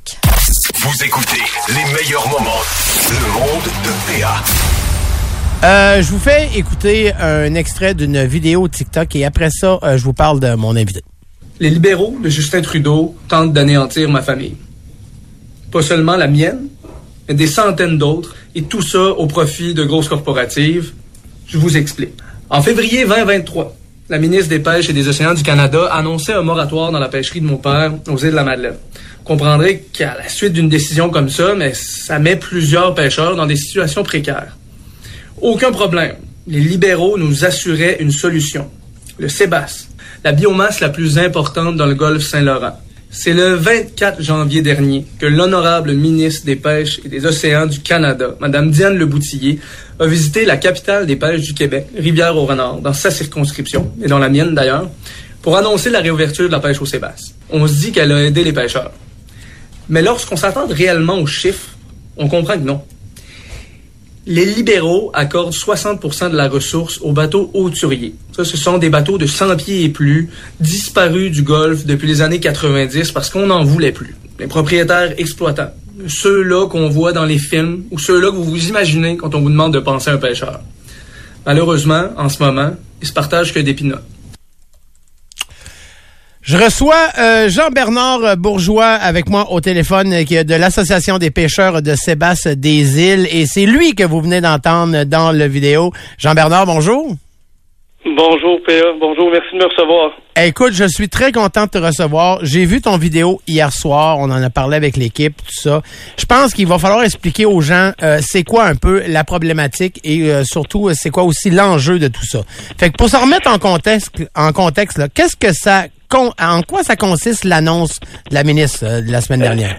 Vous écoutez les meilleurs moments. Le monde de Théa. Euh, je vous fais écouter un extrait d'une vidéo TikTok et après ça, euh, je vous parle de mon invité. Les libéraux de Justin Trudeau tentent d'anéantir ma famille. Pas seulement la mienne, mais des centaines d'autres, et tout ça au profit de grosses corporatives. Je vous explique. En février 2023, la ministre des Pêches et des Océans du Canada annonçait un moratoire dans la pêcherie de mon père aux îles de la Madeleine. Vous comprendrez qu'à la suite d'une décision comme ça, mais ça met plusieurs pêcheurs dans des situations précaires. Aucun problème. Les libéraux nous assuraient une solution. Le Sébas, la biomasse la plus importante dans le golfe Saint-Laurent. C'est le 24 janvier dernier que l'honorable ministre des Pêches et des Océans du Canada, Mme Diane Leboutillier, a visité la capitale des pêches du Québec, Rivière-au-Renard, dans sa circonscription, et dans la mienne d'ailleurs, pour annoncer la réouverture de la pêche au Sébas. On se dit qu'elle a aidé les pêcheurs. Mais lorsqu'on s'attend réellement aux chiffres, on comprend que non. Les libéraux accordent 60 de la ressource aux bateaux hauturiers. Ça, ce sont des bateaux de 100 pieds et plus, disparus du golfe depuis les années 90 parce qu'on n'en voulait plus. Les propriétaires exploitants, ceux-là qu'on voit dans les films ou ceux-là que vous vous imaginez quand on vous demande de penser à un pêcheur. Malheureusement, en ce moment, ils se partagent que des pinottes. Je reçois euh, Jean-Bernard Bourgeois avec moi au téléphone euh, qui est de l'Association des pêcheurs de Sébasse des îles et c'est lui que vous venez d'entendre dans le vidéo. Jean-Bernard, bonjour. Bonjour PA, bonjour, merci de me recevoir. Écoute, je suis très content de te recevoir. J'ai vu ton vidéo hier soir, on en a parlé avec l'équipe, tout ça. Je pense qu'il va falloir expliquer aux gens euh, c'est quoi un peu la problématique et euh, surtout euh, c'est quoi aussi l'enjeu de tout ça. Fait que pour se remettre en contexte, en contexte, là, qu'est-ce que ça, con- en quoi ça consiste l'annonce de la ministre euh, de la semaine dernière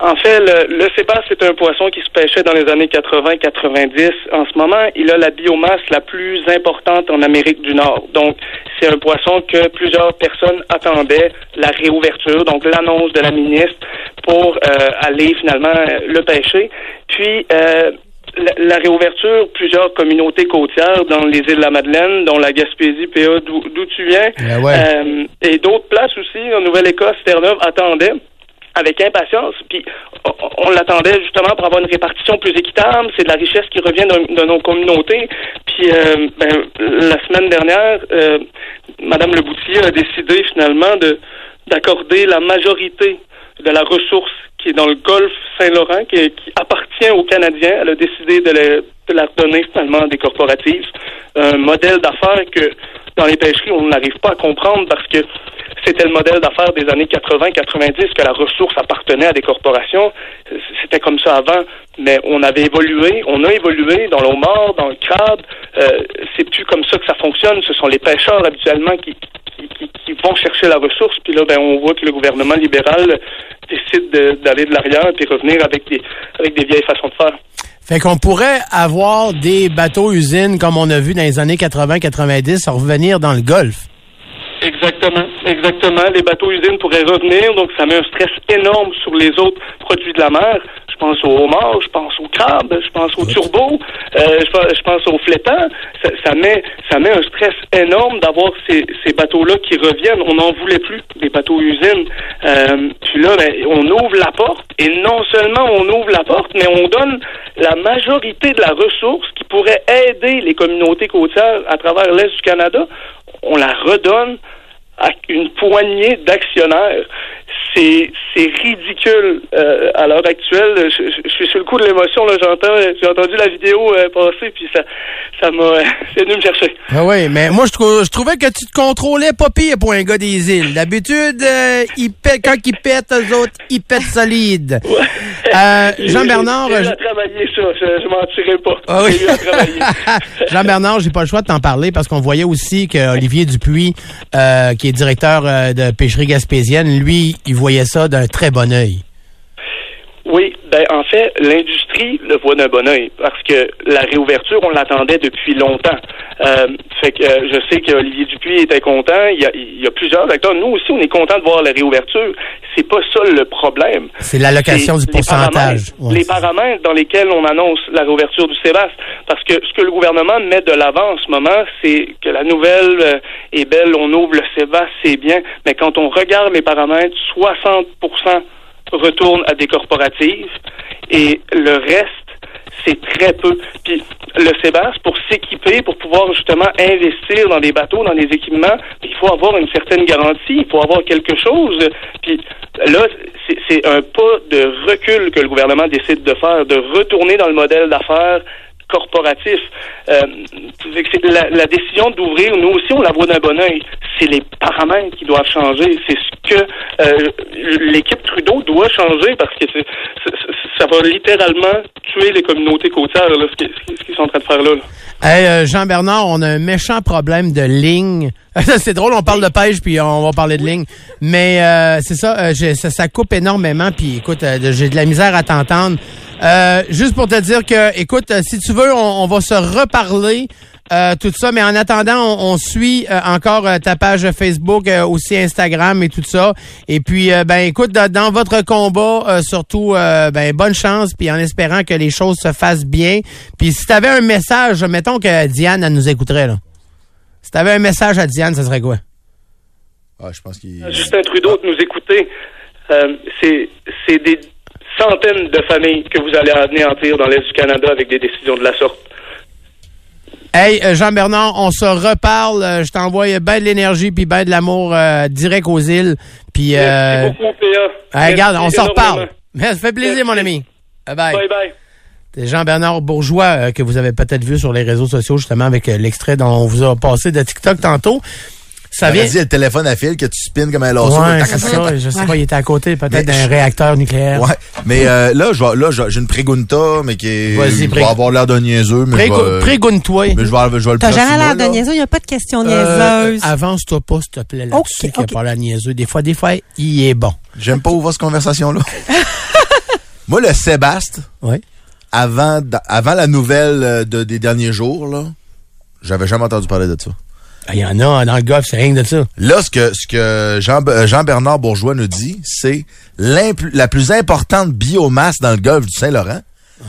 En fait, le, le sébas, c'est un poisson qui se pêchait dans les années 80-90. En ce moment, il a la biomasse la plus importante en Amérique du Nord. Donc, c'est un poisson que plusieurs personnes attendaient, la réouverture, donc l'annonce de la ministre pour euh, aller finalement euh, le pêcher. Puis, euh, la, la réouverture, plusieurs communautés côtières dans les îles de la Madeleine, dont la Gaspésie, PA, d'où d'où tu viens, Ah ouais. euh, et d'autres places aussi, en Nouvelle-Écosse, Terre-Neuve, attendaient avec impatience. Puis on- on l'attendait justement pour avoir une répartition plus équitable. C'est de la richesse qui revient de, de nos communautés. Puis euh, ben, la semaine dernière, euh, Madame Leboutier a décidé finalement de d'accorder la majorité de la ressource qui est dans le golfe Saint-Laurent, qui, qui appartient aux Canadiens. Elle a décidé de, le- de la donner finalement à des corporatives. Un modèle d'affaires que dans les pêcheries, on n'arrive pas à comprendre parce que c'était le modèle d'affaires des années 80-90 que la ressource appartenait à des corporations. C- C'était comme ça avant, mais on avait évolué, on a évolué dans l'eau mort, dans le crabe. Euh, c'est plus comme ça que ça fonctionne. Ce sont les pêcheurs habituellement qui, qui, qui- qui vont chercher la ressource. Puis là, ben, on voit que le gouvernement libéral décide de- d'aller de l'arrière puis revenir avec des, avec des vieilles façons de faire. Fait qu'on pourrait avoir des bateaux-usines comme on a vu dans les années 80-90 revenir dans le Golfe. Exactement, exactement. Les bateaux usines pourraient revenir, donc ça met un stress énorme sur les autres produits de la mer. Je pense au homard, je pense au crabe, je pense au turbo, euh, je, pense, je pense au flétan. Ça, ça met, ça met un stress énorme d'avoir ces, ces bateaux-là qui reviennent. On n'en voulait plus des bateaux usines. Euh, puis là, ben, on ouvre la porte et non seulement on ouvre la porte, mais on donne la majorité de la ressource qui pourrait aider les communautés côtières à travers l'est du Canada. On la redonne à une poignée d'actionnaires. C'est c'est ridicule euh, à l'heure actuelle. Je, je- je suis sur le coup de l'émotion. là. J'entends, j'ai entendu la vidéo euh, passer, puis ça, ça m'a, [laughs] c'est venu me chercher. Ah oui, mais moi, je, trou- je trouvais que tu te contrôlais pas pire pour un gars des îles. D'habitude, euh, ils pè- quand ils pètent, eux autres, ils pètent solide. Euh, [laughs] Jean-Bernard, j'ai eu je- [laughs] à travailler ça. Je, je m'en tirerai pas. Ah oui. J'ai eu à travailler. [laughs] Jean-Bernard, j'ai pas le choix de t'en parler parce qu'on voyait aussi que Olivier Dupuis, euh, qui est directeur euh, de pêcherie gaspésienne, lui, il voyait ça d'un très bon œil. Oui, Ben, en fait, l'industrie le voit d'un bon oeil parce que la réouverture, on l'attendait depuis longtemps. Euh, fait que euh, je sais que Olivier Dupuis était content. Il y, a, il y a plusieurs acteurs. Nous aussi, on est content de voir la réouverture. C'est pas ça le problème. C'est l'allocation C'est du pourcentage. Les paramètres, les paramètres dans lesquels on annonce la réouverture du Sébaste. Parce que ce que le gouvernement met de l'avant en ce moment, c'est que la nouvelle euh, est belle, on ouvre le Sébaste, c'est bien. Mais quand on regarde les paramètres, 60 retournent à des corporatives et le reste c'est très peu. Puis le Sébaste, pour s'équiper, pour pouvoir justement investir dans des bateaux, dans des équipements, il faut avoir une certaine garantie, il faut avoir quelque chose. Puis là, c'est- c'est un pas de recul que le gouvernement décide de faire, de retourner dans le modèle d'affaires corporatif. Euh, fait que c'est la, la décision d'ouvrir, nous aussi, on la voit d'un bon oeil. C'est les paramètres qui doivent changer. C'est ce que euh, l'équipe Trudeau doit changer parce que c'est- c'est- c'est- ça va littéralement tuer les communautés côtières, là, ce qui- ce qui- ce qu'ils sont en train de faire là. là. Hey, euh, Jean-Bernard, on a un méchant problème de ligne. [laughs] c'est drôle, on parle de pêche, puis on va parler de ligne. Mais euh, c'est ça, euh, j'ai- ça, ça coupe énormément, puis écoute, euh, j'ai de la misère à t'entendre. Euh, juste pour te dire que, écoute, euh, si tu veux, on, on va se reparler. euh, tout ça, mais en attendant, on, on suit euh, encore euh, ta page Facebook, euh, aussi Instagram et tout ça. Et puis, euh, ben écoute, dans, dans votre combat, euh, surtout, euh, ben bonne chance, puis en espérant que les choses se fassent bien. Puis si t'avais un message, mettons que Diane, elle nous écouterait, là. Si t'avais un message à Diane, ça serait quoi? Ah, je pense Euh, qu'il. Justin Trudeau de nous écouter. Euh, c'est c'est des centaines de familles que vous allez anéantir dans l'Est du Canada avec des décisions de la sorte. Hey, euh, Jean-Bernard, on se reparle. Euh, je t'envoie bien de l'énergie puis bien de l'amour euh, direct aux îles. Puis, euh, Merci beaucoup, PA. hey, regarde, on Merci s'en énormément. reparle. Mais ça fait plaisir, Merci. mon ami. Bye-bye. Bye bye. C'est Jean-Bernard Bourgeois euh, que vous avez peut-être vu sur les réseaux sociaux, justement, avec euh, l'extrait dont on vous a passé de TikTok tantôt. Ça T'avais vient... dit le téléphone à fil que tu spins comme un lasso. [laughs] Ouais, c'est ça. Je sais pas, il était à côté peut-être Mais d'un je- réacteur nucléaire. Ouais. Mais euh, là, je vais- là, je- j'ai une prégunta, mais qui est- Vas-y, qui pré- va avoir l'air d'un niaiseux, mais je vais- Prégo- Prégonne-toi. mais je vais, je vais le T'as placer, jamais moi, l'air de là. niaiseuse. Il n'y a pas de question Euh, niaiseuse. Avance-toi pas, s'il te plaît, là-dessus, Ok, qu'il n'y a ok. pas la niaiseuse. Des fois, des fois, il est bon. J'aime pas ouvrir [laughs] cette conversation-là. Moi, le Sébaste, Oui. avant, d'a- avant la nouvelle euh, de- des derniers jours, là, j'avais jamais entendu parler de ça. Ah, Il y en a hein, dans le golf, c'est rien que de ça. Là, ce que, ce que Jean, euh, Jean-Bernard Bourgeois nous dit, c'est l'imp- la plus importante biomasse dans le golfe du Saint-Laurent.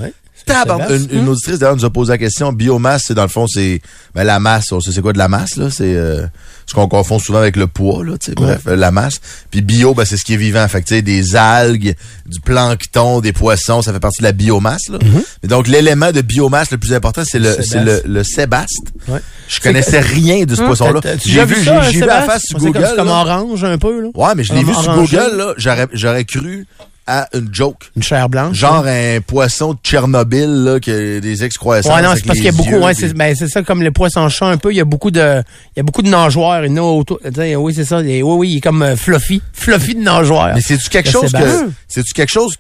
Ouais. Tabarn- Sébastien. Une, une auditrice d'ailleurs nous a posé la question. Biomasse, c'est dans le fond, c'est ben, la masse. On sait c'est quoi de la masse là. C'est euh, ce qu'on confond souvent avec le poids là. tu sais, Bref, euh, la masse. Puis bio, ben, c'est ce qui est vivant. Fait que, tu sais, des algues, du plancton, des poissons, ça fait partie de la biomasse. Là. Mhm. Mais donc l'élément de biomasse le plus important, c'est le, Sébaste. c'est le, le sébaste. Ouais. Hein? Je connaissais rien de ce poisson là. T'as- t'as-tu J'ai déjà vu, ça, j'ai j'ai vu Sébastien? la face sur On sait comme- Google. C'est comme là. orange un peu, là. Ouais, mais je l'ai Comme vu sur orangé. Google là. J'aurais, j'aurais cru à une joke. Une chair blanche. Genre un poisson de Tchernobyl, là, que des ex-croissants. Ouais, non, avec c'est parce qu'il y a les beaucoup, yeux, ouais, puis- c'est, ben, c'est ça, comme le poisson chat un peu, il y a beaucoup de, il y a beaucoup de nageoires, il y en a autour, tu sais, oui, c'est ça, il est- oui, oui, il est comme euh, fluffy, [laughs] fluffy de nageoires. Mais c'est-tu quelque Le chose que, Sébastien. c'est-tu quelque chose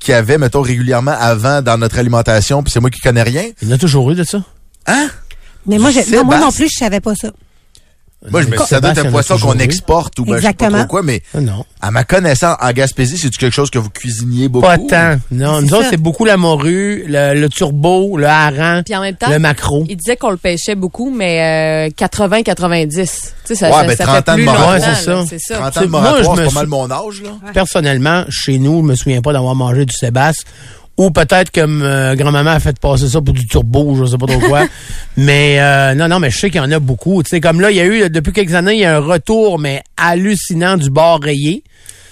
qu'il y avait, mettons, régulièrement avant dans notre alimentation, puis c'est moi qui connais rien? Il y en a toujours eu de ça. Hein? Mais moi, je j'ai- non, moi Sébastien. non plus, je savais pas ça. Moi, je me dis, ça doit être Sébastien, il y en un a poisson toujours qu'on eu. exporte ou ben, je sais pas Exactement. trop quoi, mais Ah, Non. à ma connaissance, en Gaspésie, c'est-tu quelque chose que vous cuisiniez beaucoup? Pas tant. Non, C'est nous autres, ça. c'est beaucoup la morue, le, le turbo, le hareng, Puis en même temps, le maquereau. il disait qu'on le pêchait beaucoup, mais euh, 80-90. Tu sais, ça, Ouais, ça, ben, ça 30 ans fait de plus longtemps. moratoire. Ouais, c'est là, ça. c'est ça. 30 ans C'est- de moi, moratoire, je c'est me pas mal suis- mon âge, là. Personnellement, chez nous, je me souviens pas d'avoir mangé du sébaste. Ou peut-être que euh, grand-maman a fait passer ça pour du turbo, je sais pas trop [laughs] quoi. mais euh, non, non, mais je sais qu'il y en a beaucoup. Tu sais, comme là, il y a eu, depuis quelques années, il y a un retour, mais hallucinant du bord rayé.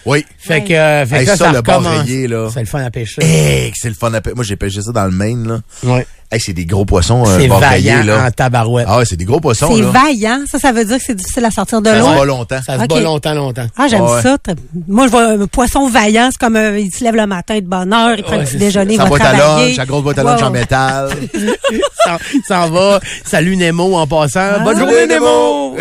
Oui. Fait que, euh, fait que Hey, là, ça, ça, le bord recommence. rayé, là. Eh. C'est le fun à pêcher. Hey, que c'est le fun à pê- Moi, j'ai pêché ça dans le Maine, là. Ouais. Hey, c'est des gros poissons, euh, C'est bord rayé, vaillant là. en tabarouette. Ah ouais, c'est des gros poissons, C'est là. vaillant. Ça, ça veut dire que c'est difficile à sortir de Ça se l'eau. bat longtemps. Ça se Ok. bat longtemps, longtemps. Ah, j'aime Ouais. ça. T'as- Moi, je vois un poisson vaillant. C'est comme euh, il se lève le matin de bonne heure, il prend Ouais, un petit c'est déjeuner, il Sa va boîte à travailler. lunch, sa grosse boîte à lunch Wow. [laughs] en métal. S'en- S'en va. Salut Nemo en passant. Ah. Bonne journée Salut, Nemo!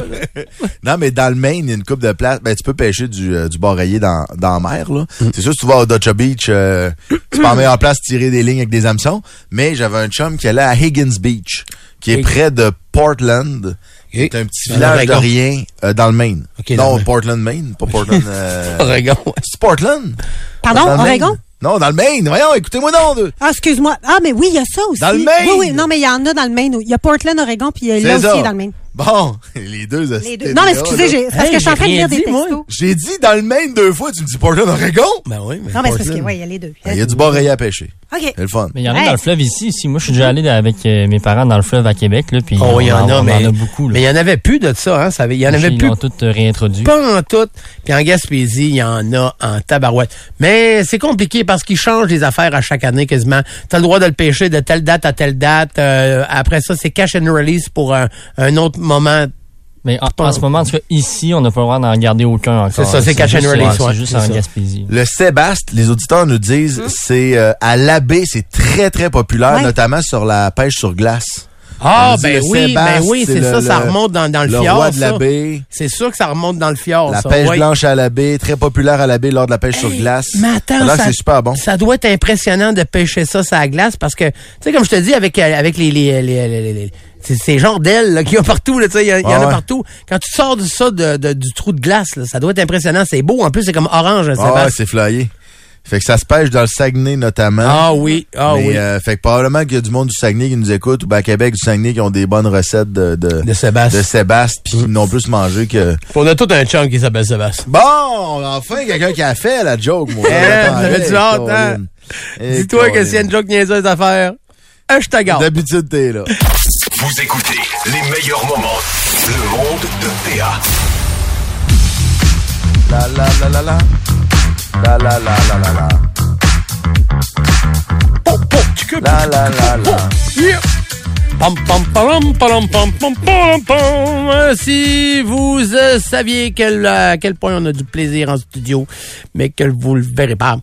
Non, mais dans le Maine, il y a une coupe de place. Ben, tu peux pêcher du, euh, du barreillé dans, dans la mer, là. Mm. C'est sûr, si tu vas au Dutcha Beach, euh, c'est pas en meilleure place de tirer des lignes avec des hameçons. Mais j'avais un chum qui allait à Higgins Beach, qui est Higgins. près de Portland. qui est un petit Dans village de l'Oregon. rien euh, dans le Maine. Ok, dans non, le- [laughs] Portland, Maine. Pas Portland. euh, Oregon. C'est Portland? Pardon, Dans le Maine. Oregon? Non, dans le Maine. Voyons, écoutez-moi non. de- Ah, excuse-moi. Ah, mais oui, il y a ça aussi. Dans le Maine! Oui, oui, non, mais il y en a dans le Maine. Il y a Portland, Oregon, puis il y a C'est là ça. aussi dans le Maine. Bon, [laughs] les deux. Les hosties deux. Non, mais là, excusez, là. j'ai- parce Hey, que je suis en train de j'ai rien lire des dit, moi. textos. J'ai dit dans le Maine deux fois, tu me dis Portland, Oregon? Ben oui, mais. Non, mais c'est parce que, Portland. oui, il y a les deux. Ah, Il y a du bon rayon à pêcher. OK. C'est le fun. Mais il y en a Ouais. dans le fleuve ici. ici. Moi, je suis déjà allé avec euh, mes parents dans le fleuve à Québec. Là, puis Oh, il y on en a, on mais. en a beaucoup. Là. Mais il y en avait plus de ça, hein. ça avait- Il y en avait Ils plus. l'ont tout euh, réintroduit. Pas en tout. Puis en Gaspésie, il y en a en tabarouette. Mais c'est compliqué parce qu'ils changent les affaires à chaque année quasiment. T'as le droit de le pêcher de telle date à telle date. Euh, après ça, c'est cash and release pour un, un autre moment. Mais en, en ce moment, en tout cas, ici, on n'a pas le droit d'en garder aucun encore. C'est ça, c'est catch and juste- euh, release, C'est ouais, juste c'est en ça. Gaspésie. Le Sébaste, les auditeurs nous disent, c'est euh, à l'abbé, c'est très, très populaire, Ouais. notamment sur la pêche sur glace. Ah, On dit ben le oui, ben Sébaste, oui, c'est le- ça, ça le- remonte dans, dans le, le fjord. roi de ça. la baie. C'est sûr que ça remonte dans le fjord. La ça. pêche Ouais. blanche à la baie, très populaire à la baie lors de la pêche sur glace. Mais attends, Alors que ça, c'est super bon. ça doit être impressionnant de pêcher ça sur la glace parce que, tu sais, comme je te dis, avec, euh, avec les, les, les, les- les- les- c'est- ces genres d'ailes là, qu'il y a partout, là, tu sais, il y, a- il y Ah en a ouais. partout. Quand tu sors de ça de- de- du trou de glace, là, ça doit être impressionnant. C'est beau. En plus, c'est comme orange, hein, Ah, ouais, Sébastien. c'est flyé. Fait que ça se pêche dans le Saguenay, notamment. Ah oui, ah Mais, oui. euh, fait que probablement qu'il y a du monde du Saguenay qui nous écoute ou ben, à Québec du Saguenay qui ont des bonnes recettes de, de, De Sébaste. de Sébaste, puis qui n'ont plus mangé que. On a tout un chum qui s'appelle Sébastien. Bon, enfin quelqu'un qui a fait la joke, moi. [laughs] Eh, j'avais du hâte, hein? Eh, Dis-toi que s'il y a une joke niaiseuse à faire, euh, je te garde. D'habitude, t'es là. Vous écoutez les meilleurs moments. Le monde de Théa. La la la la la. La la la la la la. La la la la. Pam, pam, pam, pam, pam, pam, pam, pam. Si vous euh, saviez quel, euh, à quel point on a du plaisir en studio, mais que vous le verrez pas.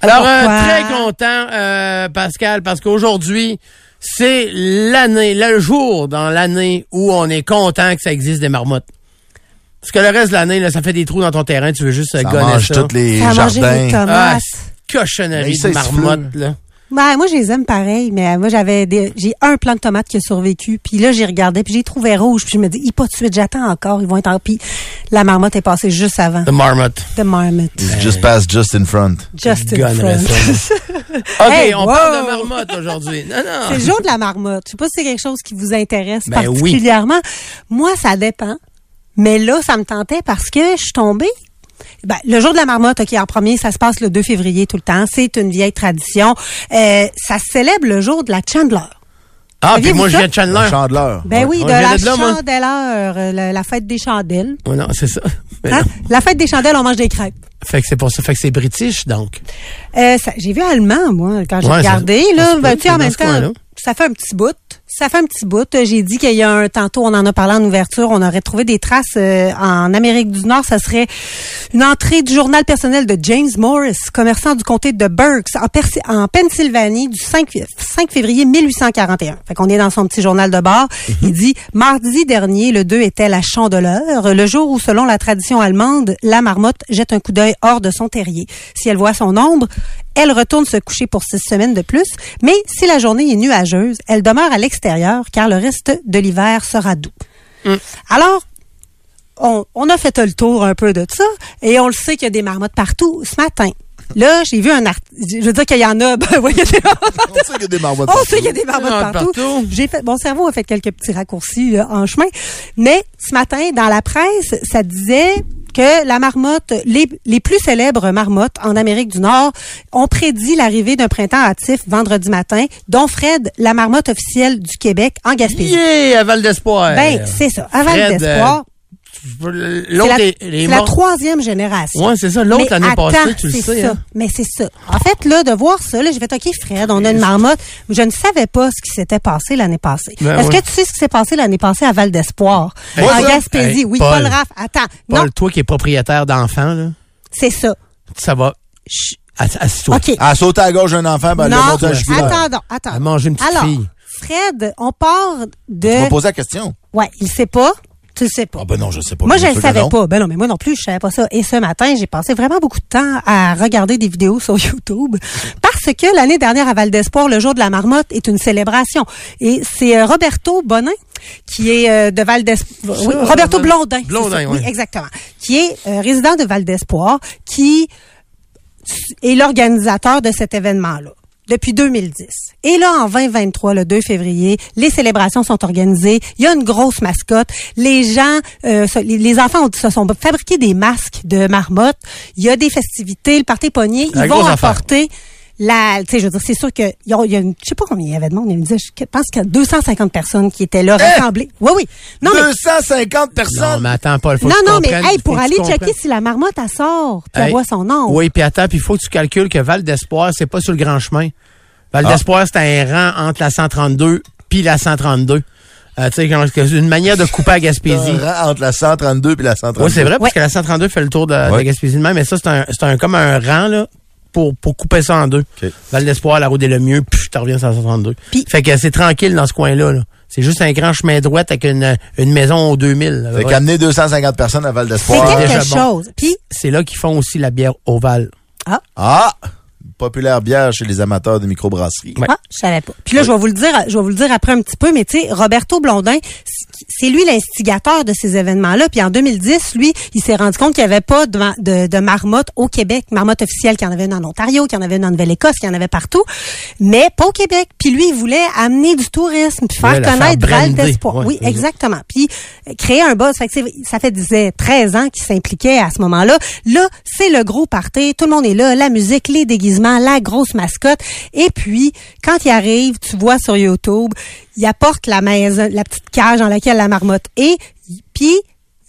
Alors, euh, Pourquoi? très content, euh, Pascal, parce qu'aujourd'hui, c'est l'année, le jour dans l'année où on est content que ça existe des marmottes. Parce que le reste de l'année, là, ça fait des trous dans ton terrain, tu veux juste euh, Ça gonner mange ça. tous les Ça a mangé les jardins. Ah, tomates. cochonnerie Mais ça, de il se marmottes, là. Ben, moi, je les aime pareil, mais euh, moi, j'avais des- j'ai un plant de tomates qui a survécu, puis là, j'ai regardé, puis j'ai trouvé rouge, puis je me dis, il pas de suite, j'attends encore, ils vont être en... Puis la marmotte est passée juste avant. The marmotte. The marmotte. It's Just pass just in front. Just in Gonnerait front. [laughs] ça. OK, Hey, on parle wow! de marmotte aujourd'hui. Non, non. C'est le jour de la marmotte. Je sais pas si c'est quelque chose qui vous intéresse Ben oui. particulièrement. Moi, ça dépend. Mais là, ça me tentait parce que je suis tombée. Ben, le jour de la marmotte, OK, en premier, ça se passe le 2 février tout le temps. C'est une vieille tradition. Euh, ça se célèbre le jour de la chandeleur. Ah, puis Aviez-vous moi, je ça? viens de Chandler. Le chandeleur. Ben oui, on de vient la de là, moi. chandeleur, euh, la, la fête des chandelles. Oh non, c'est ça. Mais Hein? non. La fête des chandelles, on mange des crêpes. Fait que c'est pour ça. Fait que c'est british, donc. Euh, ça- j'ai vu allemand, moi, quand j'ai Ouais, regardé. ça- ça là, se ben, peut, tu sais, en dans même ce coin-là. temps, ça fait un petit bout. Ça fait un petit bout. Euh, J'ai dit qu'il y a un, tantôt, on en a parlé en ouverture, on aurait trouvé des traces euh, en Amérique du Nord. Ça serait une entrée du journal personnel de James Morris, commerçant du comté de Berks, en, Persi- en Pennsylvanie, du 5, 5 février 1841. Fait qu'on est dans son petit journal de bord. Il dit, mardi dernier, le 2 était la chandeleur, le jour où, selon la tradition allemande, la marmotte jette un coup d'œil hors de son terrier. Si elle voit son ombre, elle retourne se coucher pour six semaines de plus, mais si la journée est nuageuse, elle demeure à l'extérieur car le reste de l'hiver sera doux. Alors, on, on a fait le tour un peu de ça et on le sait qu'il y a des marmottes partout ce matin. Là, j'ai vu un article. Je veux dire qu'il y en a. [laughs] Ben, oui, il y a des marmottes On sait qu'il y a des marmottes. on partout. sait Oh, qu'il y a des marmottes Marmottes partout. partout. J'ai fait, mon cerveau a fait quelques petits raccourcis euh, en chemin. Mais ce matin, dans la presse, ça disait que la marmotte, les, les plus célèbres marmottes en Amérique du Nord ont prédit l'arrivée d'un printemps hâtif vendredi matin, dont Fred, la marmotte officielle du Québec en Gaspésie. Yeah, à Val d'Espoir. Ben, c'est ça. Avant Fred, euh, l'espoir, c'est L'autre la, est, c'est est la mort. troisième génération. Ouais, c'est ça. Mais L'autre l'année passée, attends, tu le c'est sais. ça. hein. Mais c'est ça. En fait, là, de voir ça, là, je vais OK, Fred, on a une marmotte. Je ne savais pas ce qui s'était passé l'année passée. Ben Est-ce ouais. que tu sais ce qui s'est passé l'année passée à Val d'Espoir? Hey, en ça? Gaspésie, Hey, oui. Paul. Paul Raff, attends. non, Paul, toi qui es propriétaire d'enfants, là, c'est ça. ça va. Chut. Ass- Assis-toi. OK. À sauter à gauche d'un enfant, ben, le non, monte un jugulaire. attendons, attendons. À manger une petite Alors, fille. Fred, on part Tu m'as de... posé la question. Ouais, il sait pas. Tu le sais pas. Ah, ben non, je sais pas. Moi, je Bien ne le sûr que savais non. pas. Ben non, mais moi non plus, je savais pas ça. Et ce matin, j'ai passé vraiment beaucoup de temps à regarder des vidéos sur [laughs] YouTube parce que l'année dernière à Val d'Espoir, le jour de la marmotte est une célébration. Et c'est euh, Roberto Bonin qui est euh, de Val d'Espoir. Oui, Roberto Blondin. c'est Blondin, ça. oui. oui. Exactement. Qui est euh, résident de Val d'Espoir, qui est l'organisateur de cet événement-là depuis 2010. Et là, en 2023, le 2 février, les célébrations sont organisées. Il y a une grosse mascotte. Les gens, euh, se- les, les enfants ont- se sont fabriqués des masques de marmotte. Il y a des festivités, le party pogné. La Ils vont grosse affaire. apporter la, tu sais, je veux dire, c'est sûr que il y a, il y a une- je sais pas combien il y avait de monde. Il me disait, je pense qu'il y a 250 personnes qui étaient Eh! là rassemblées. Oui, oui. Non, mais 250 Non, personnes. mais attends, Paul, faut non, que tu non, mais comprennes, hey, faut pour que tu aller checker comprennes. si la marmotte elle sort, puis elle Hey, voit son nom. Oui, puis attends, puis il faut que tu calcules que Val d'Espoir, c'est pas sur le grand chemin. Val Ah. d'Espoir, c'est un rang entre la 132 puis la 132. Euh, tu sais, comment- c'est une manière de couper à Gaspésie. Rang Entre la 132 et la 132. Oui, c'est vrai, parce Ouais. que la 132 fait le tour de, de Ouais. Gaspésie de même, mais ça, c'est un, c'est un, comme un rang, là, pour, pour couper ça en deux. OK. Val d'Espoir, la route est le mieux, puis tu reviens sur la 132. Puis- Fait que c'est tranquille dans ce coin-là, là. C'est juste un grand chemin droit avec une, une maison aux 2000. là. Fait Ouais. qu'amener 250 personnes à Val C'est d'Espoir. quel- quelque déjà bon. chose. Puis, C'est là qu'ils font aussi la bière ovale. Ah! Populaire bière chez les amateurs de microbrasserie. Ouais. Ah, je savais pas. Puis là, je vais vous le dire, je vais vous le dire après un petit peu, mais tu sais, Roberto Blondin, c- c'est lui l'instigateur de ces événements-là. Puis en 2010, lui, il s'est rendu compte qu'il n'y avait pas de, ma- de, de marmotte au Québec, marmotte officielle, qu'il y en avait une en Ontario, qu'il y en avait une en Nouvelle-Écosse, qu'il y en avait partout, mais pas au Québec. Puis lui, il voulait amener du tourisme, puis faire Ouais, la faire connaître Val brander. d'Espoir. Ouais, oui, c'est ça. exactement. Puis euh, créer un buzz. Fait que c'est- ça fait disait 13 ans qu'il s'impliquait à ce moment-là. Là, c'est le gros party. Tout le monde est là. La musique, les déguisements, la grosse mascotte. Et puis, quand il arrive, tu vois sur YouTube, il apporte la maison, la petite cage dans laquelle la marmotte est. Puis,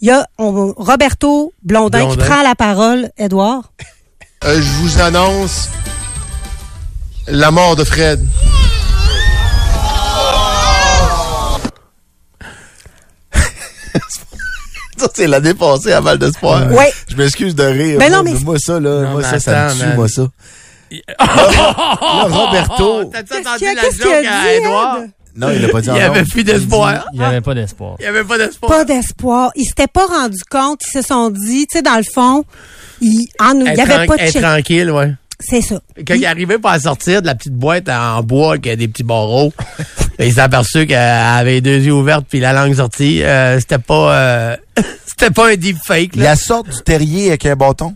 il y a on- Roberto Blondin, qui Blondin. prend la parole, Edouard. Euh, je vous annonce la mort de Fred. [laughs] Ça, c'est l'année passée à Val d'Espoir. Ouais. Je m'excuse de rire. Ben non, moi, mais- moi, ça, là, Non, moi, mais ça, ça me attends, tue, man. moi, ça. Là, [laughs] Roberto. Oh, T'as-tu Qu'est-ce entendu qu'il y a- la qu'est-ce joke qu'il a à dit, Edouard? Ed? Non, il l'a pas dit Il en n'y avait nombre. plus d'espoir. Il n'y avait pas d'espoir. Il n'y avait pas d'espoir. Pas d'espoir. Ils s'étaient pas rendu compte. Ils se sont dit, tu sais, dans le fond, il en- il y avait Être pas tran- de être check. tranquille, ouais. C'est ça. Quand il arrivait pas à sortir de la petite boîte en bois qui a des petits [laughs] barreaux, il s'est aperçu qu'elle avait les deux yeux ouverts puis la langue sortie. Euh, c'était pas euh, [laughs] c'était pas un deep fake. La sorte du terrier avec un bâton.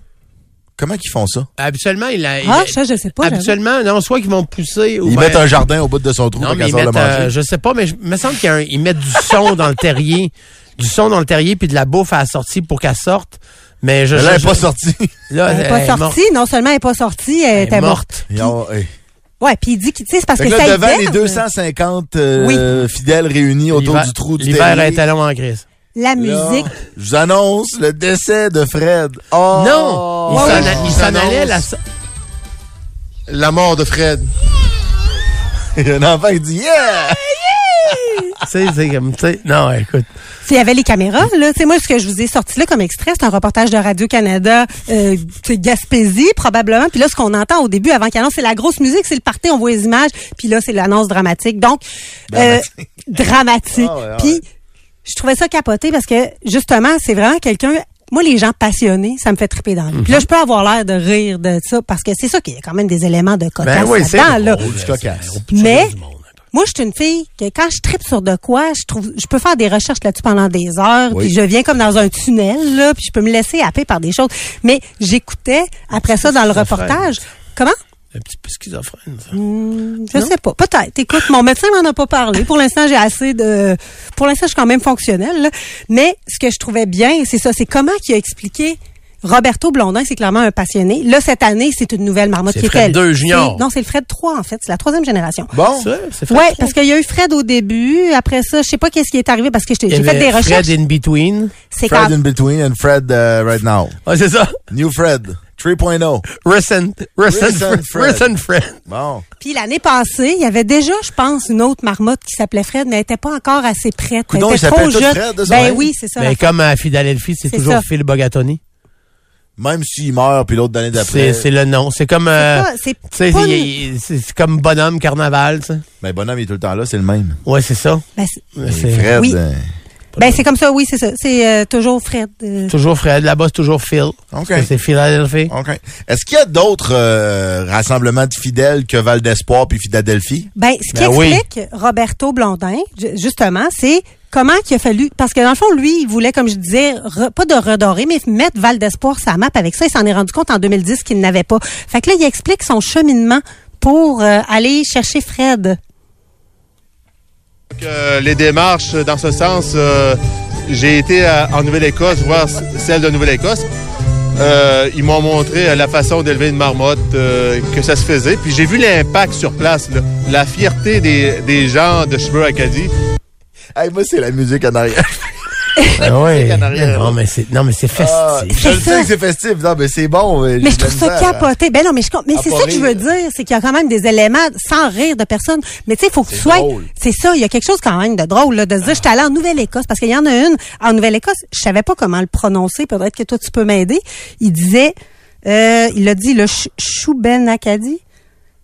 Comment qu'ils font ça? Habituellement, il a. il Ah, a- ça, je sais pas. j'avoue. habituellement, non, soit qu'ils vont pousser ou Ils ben- mettent un jardin au bout de son trou Non, pour mais qu'elle ils sorte le mettent, euh, manger. je sais pas, mais je- il me semble qu'ils mettent du son dans le terrier, du son dans le terrier puis de la bouffe à la sortie pour qu'elle sorte. Mais je Mais là, elle je- n'est pas sortie. là, Elle n'est elle pas est morte. sortie. Non seulement elle n'est pas sortie, elle, Elle est était morte. morte. [laughs] Ils ont- hey. Ouais, puis il dit que tu sais, c'est parce Fait que que là, ça devant les hiverne. 250 euh, fidèles réunis autour L'hiver- du trou du L'hiver terrier. est long en crise. La Là, musique. Je vous annonce le décès de Fred. Oh! Non! Il Ouais, s'en ouais, a- je il vous s'en annonce. allait [laughs] la so- La mort de Fred. Il y a un enfant qui dit Yeah! Tu sais, c'est comme, tu sais, non, écoute. Tu sais, Il y avait les caméras, là. Tu sais, moi, ce que je vous ai sorti là comme extrait, c'est un reportage de Radio-Canada, euh, tu sais, Gaspésie, probablement. Puis là, ce qu'on entend au début, avant qu'il annonce, c'est la grosse musique, c'est le party, on voit les images. Puis là, c'est l'annonce dramatique. Donc, euh, [laughs] dramatique. Ah ouais, ah Puis, je trouvais ça capoté parce que, justement, c'est vraiment quelqu'un... Moi, les gens passionnés, ça me fait triper dans le. Puis Mhm. là, je peux avoir l'air de rire de ça parce que c'est ça qu'il y a quand même des éléments de cocasse là-dedans, là. Ben drôle, du cocasse. Mais moi, je suis une fille que quand je tripe sur de quoi, je trouve, je peux faire des recherches là-dessus pendant des heures, Oui. puis je viens comme dans un tunnel là, puis je peux me laisser happer par des choses. Mais j'écoutais après ça dans le reportage. Comment? Un petit peu schizophrène, ça. Je sais pas. Peut-être. Écoute, mon médecin m'en a pas parlé. Pour l'instant, j'ai assez de. Pour l'instant, je suis quand même fonctionnelle. là. Mais ce que je trouvais bien, c'est ça. C'est comment qu'il a expliqué. Roberto Blondin, c'est clairement un passionné. Là, cette année, c'est une nouvelle marmotte C'est qui est Fred elle. deux junior. C'est- Non, c'est le Fred 3, en fait. C'est la troisième génération. Bon, Ça, c'est Fred Oui, Trump. parce qu'il y a eu Fred au début. Après ça, je sais pas qu'est-ce qui est arrivé parce que j'étais- Il y j'ai fait avait des recherches. Fred in between. C'est quand Fred in between and Fred uh, right now. Ah, c'est ça. [laughs] New Fred oh. 3.0. Recent, recent, Recent Fred. Fred. Recent Fred. Bon. Puis l'année passée, il y avait déjà, je pense, une autre marmotte qui s'appelait Fred, mais elle était pas encore assez prête. Elle Coudon, était il s'appelle trop tout jeune. Fred, hein? de son ben rêve. oui, c'est ça. Ben, comme à Philadelphie, c'est C'est toujours ça. Phil Bogatoni. Même s'il meurt, puis l'autre l'année C'est d'après. c'est le nom. C'est comme, C'est euh, pas- c'est tu sais, pas il- une- il- c'est c'est comme Bonhomme Carnaval, tu sais. Ben, bonhomme, il est tout le temps là, c'est le même. Ouais, c'est ça. Ben, c'est- C'est Fred. Oui. euh, Ben, c'est comme ça, oui, c'est ça. C'est euh, toujours Fred. euh, Toujours Fred. Là-bas, c'est toujours Phil. OK. Ça, C'est Philadelphie. OK. Est-ce qu'il y a d'autres euh, rassemblements de fidèles que Val d'Espoir puis Philadelphie? Ben, ce qui Ben oui. explique Roberto Blondin, ju- justement, c'est comment il a fallu. Parce que dans le fond, lui, il voulait, comme je disais, re- pas de redorer, mais mettre Val d'Espoir sa map avec ça. Il s'en est rendu compte en 2010 qu'il n'avait pas. Fait que là, il explique son cheminement pour euh, aller chercher Fred. Donc, euh, les démarches dans ce sens, euh, j'ai été à- en Nouvelle-Écosse voir c- celle de Nouvelle-Écosse. Euh, ils m'ont montré euh, la façon d'élever une marmotte, euh, que ça se faisait. Puis j'ai vu l'impact sur place, là. la fierté des, des gens de Cheveux Acadie. Hey, moi, c'est la musique en arrière. Ah oui. en arrière. Non, mais c'est, non, mais c'est ben Ah, festif. je ça. le sais que c'est festif. Non, mais c'est bon. Mais je trouve ça capoté. Ben non, mais je com- mais à c'est Ah, pas ça que je rire. veux dire, c'est qu'il y a quand même des éléments sans rire de personne. Mais tu sais, il faut que tu sois. drôle. C'est ça, il y a quelque chose quand même de drôle là, de se dire, je suis allée en Nouvelle-Écosse parce qu'il y en a une en Nouvelle-Écosse. Je savais pas comment le prononcer. Peut-être que toi tu peux m'aider. Il disait, euh, il a dit le Ch- Chouben Acadie.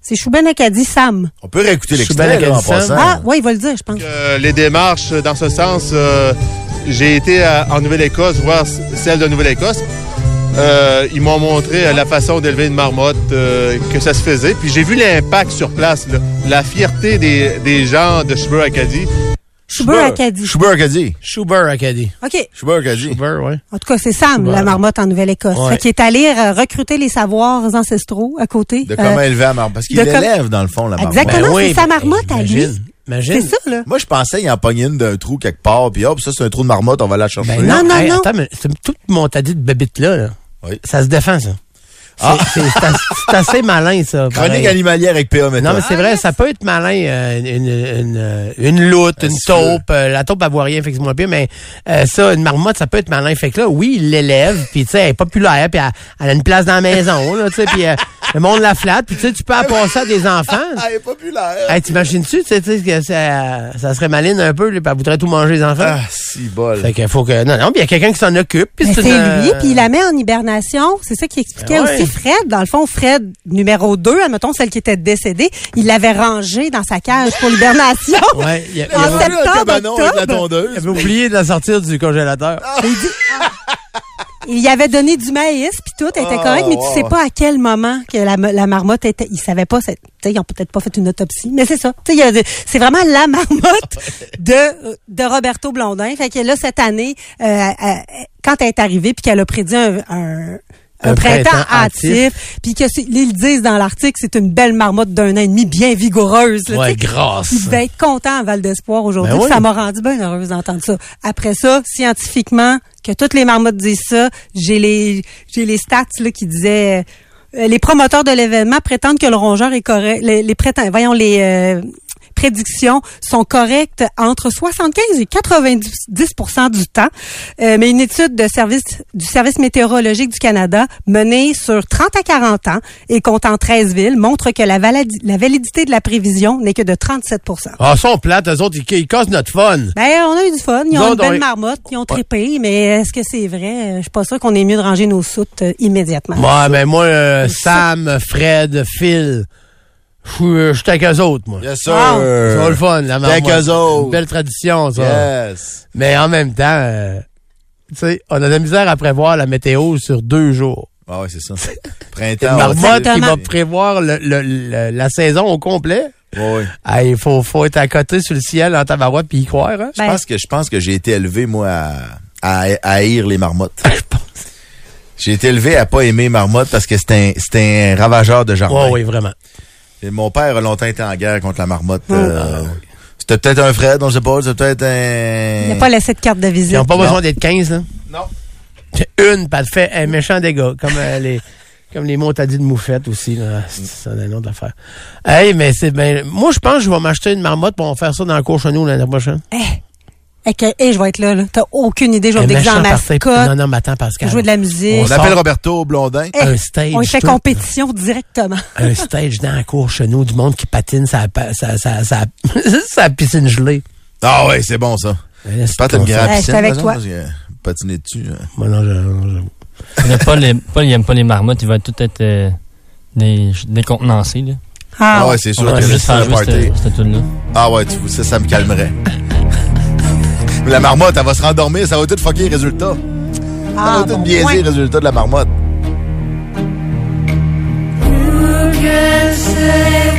C'est Chouben Acadie Sam. On peut réécouter Je suis l'extrait bien là, en avec Alison. passant. Ah, ouais, il va le dire, je pense. Euh, les démarches dans ce sens, euh, j'ai été à- en Nouvelle-Écosse voir c- celle de Nouvelle-Écosse. Euh, ils m'ont montré euh, la façon d'élever une marmotte, euh, que ça se faisait. Puis j'ai vu l'impact sur place, là. la fierté des, des gens de Cheveux Acadie. Chouben Acadie. Schubert Acadie. Schubert Acadie. Ok. Schubert Acadie. Schubert, ouais. En tout cas, c'est Sam, la marmotte en Nouvelle-Écosse. Ouais. Fait qu'il est allé euh, recruter les savoirs ancestraux à côté. De Euh, comment élever la marmotte. Parce qu'il de com- l'élève, dans le fond, la marmotte. Exactement, Ben c'est oui, sa ben, marmotte à lui. imagine, Imagine. C'est ça, là. Moi, je pensais qu'il en pognait une d'un trou quelque part, puis hop, ça, c'est un trou de marmotte, on va la chercher. Ben Non, non, Hey, non. Attends, mais c'est toute mon dit de bébite-là, là. Oui. Ça se défend, ça. C'est, c'est- c'est as- c'est assez malin, ça. Chronique pareil. animalière avec PA maintenant. Ben. Non, mais c'est vrai, ça peut être malin, euh, une, une, euh, une loute, une siffleux. taupe. euh, la taupe, elle voit rien, fait que c'est moins pire, mais euh, ça, une marmotte, ça peut être malin. Fait que là, oui, il l'élève, puis tu sais, elle est populaire, puis elle, elle a une place dans la maison, là, tu sais, puis euh, le monde la flatte, puis tu sais, tu peux en passer à des enfants. Ah, Elle est populaire. Hey, t'imagines-tu, tu sais, tu sais, que ça, ça serait maline un peu, là, puis elle voudrait tout manger, les enfants? Ah, si bol. Fait qu'il faut que. Non, non, puis il y a quelqu'un qui s'en occupe. puis Mais c'est une- lui, puis il la met en hibernation. C'est ça qui expliquait Ah ouais. aussi Fred. Dans le fond, Fred numéro 2, admettons celle qui était décédée, il l'avait rangée dans sa cage pour l'hibernation. [laughs] Ouais, il y a- il y En a- Elle a voulu un septembre, cabanon avec la octobre. tondeuse. Ah, J'avais oublié de la sortir du congélateur. Il y avait donné du maïs, puis tout elle était Ah, correct, mais tu wow. sais pas à quel moment que la, la marmotte était... Ils savaient pas, c'est- tu sais, ils ont peut-être pas fait une autopsie, mais c'est ça. Tu sais, il y a de- C'est vraiment la marmotte de, de Roberto Blondin. Fait que là, cette année, euh, elle- elle- quand elle est arrivée, puis qu'elle a prédit un... un un Un printemps, printemps hâtif, puis que c'est- ils le disent dans l'article, c'est une belle marmotte d'un an et demi, bien vigoureuse. là, Ouais, tu sais. grasse. Il devait être content à Val d'Espoir aujourd'hui. Ben oui. Ça m'a rendu bien heureuse d'entendre ça. Après ça, scientifiquement, que toutes les marmottes disent ça, j'ai les j'ai les stats là, qui disaient euh, les promoteurs de l'événement prétendent que le rongeur est correct. Les, les prétend- voyons les euh, prédictions sont correctes entre 75 et 90 du temps, Euh, mais une étude de service du service météorologique du Canada menée sur 30 à 40 ans et comptant 13 villes montre que la, valadi- la validité de la prévision n'est que de 37 Ah, ils sont plates, eux autres, ils, ils cassent notre fun. ben, on a eu du fun. Ils Nous ont une autres, on est- belle marmotte. Ils ont trippé. Mais est-ce que c'est vrai? Euh, Je suis pas sûre qu'on est mieux de ranger nos soutes euh, immédiatement. Ouais, mais moi, euh, Sam, Fred, Phil, je suis- je suis avec eux autres, moi. Yes, sir. C'est pas le fun, la maman. Avec eux autres. Une belle tradition, ça. Yes. Mais en même temps, euh, tu sais, on a de la misère à prévoir la météo sur deux jours. Ah ouais, c'est ça. Une Printemps. marmotte hein? qui Exactement. va prévoir le- le- le- la saison au complet. Ouais, ouais. Ah, il faut, faut être à côté sur le ciel en tabarouette puis y croire, hein? Je pense que je pense que j'ai été élevé moi à à, à haïr les marmottes. J'ai été élevé à pas aimer marmotte parce que c'était un, c'était un ravageur de jardin. Ah Ouais, oui, vraiment. Et mon père a longtemps été en guerre contre la marmotte. euh, C'était peut-être un Fred, on sait pas, c'était peut-être Il n'a un pas laissé de carte de visite. Ils n'ont pas Non. besoin d'être 15, là. Non. C'est Une, pas de fait un méchant dégât, comme euh, les comme les montadis de moufette aussi. là. C'est c'est un autre affaire. Hey, mais c'est ben, moi je pense que je vais m'acheter une marmotte pour en faire ça dans le cours chez nous l'année prochaine. Hey, Eh, que- hey, je vais être là. là. T'as aucune idée. Je vais Un me déguiser en méchant parfait. mascotte, Non, non, mais attends, Pascal. jouer de la musique. On On l'appelle sort. Roberto Blondin. Hey, un stage, on y fait tout. compétition directement. Un stage dans la cour chez nous, du monde qui patine sa, pa- sa, sa, sa, [laughs] sa piscine gelée. Ah ouais, c'est bon ça. Ben, Pas une ton- grande Ouais, piscine, j'étais avec par exemple, toi. parce que patiner dessus. euh. Moi, non, je- non, j'avoue. Le Paul, il- Paul, il aime pas les marmottes, il va tout être euh, des, décontenancé. Là. Ah, Ah ouais. ouais, c'est On sûr va que juste euh, c'est faire un jouer party. cette, cette tune-là. Ah ouais, tu vois, ça, ça me calmerait. [laughs] La marmotte, elle va se rendormir, ça va tout fucker les résultats. ça Ah, va tout bon biaiser point. les résultats de la marmotte. Who can say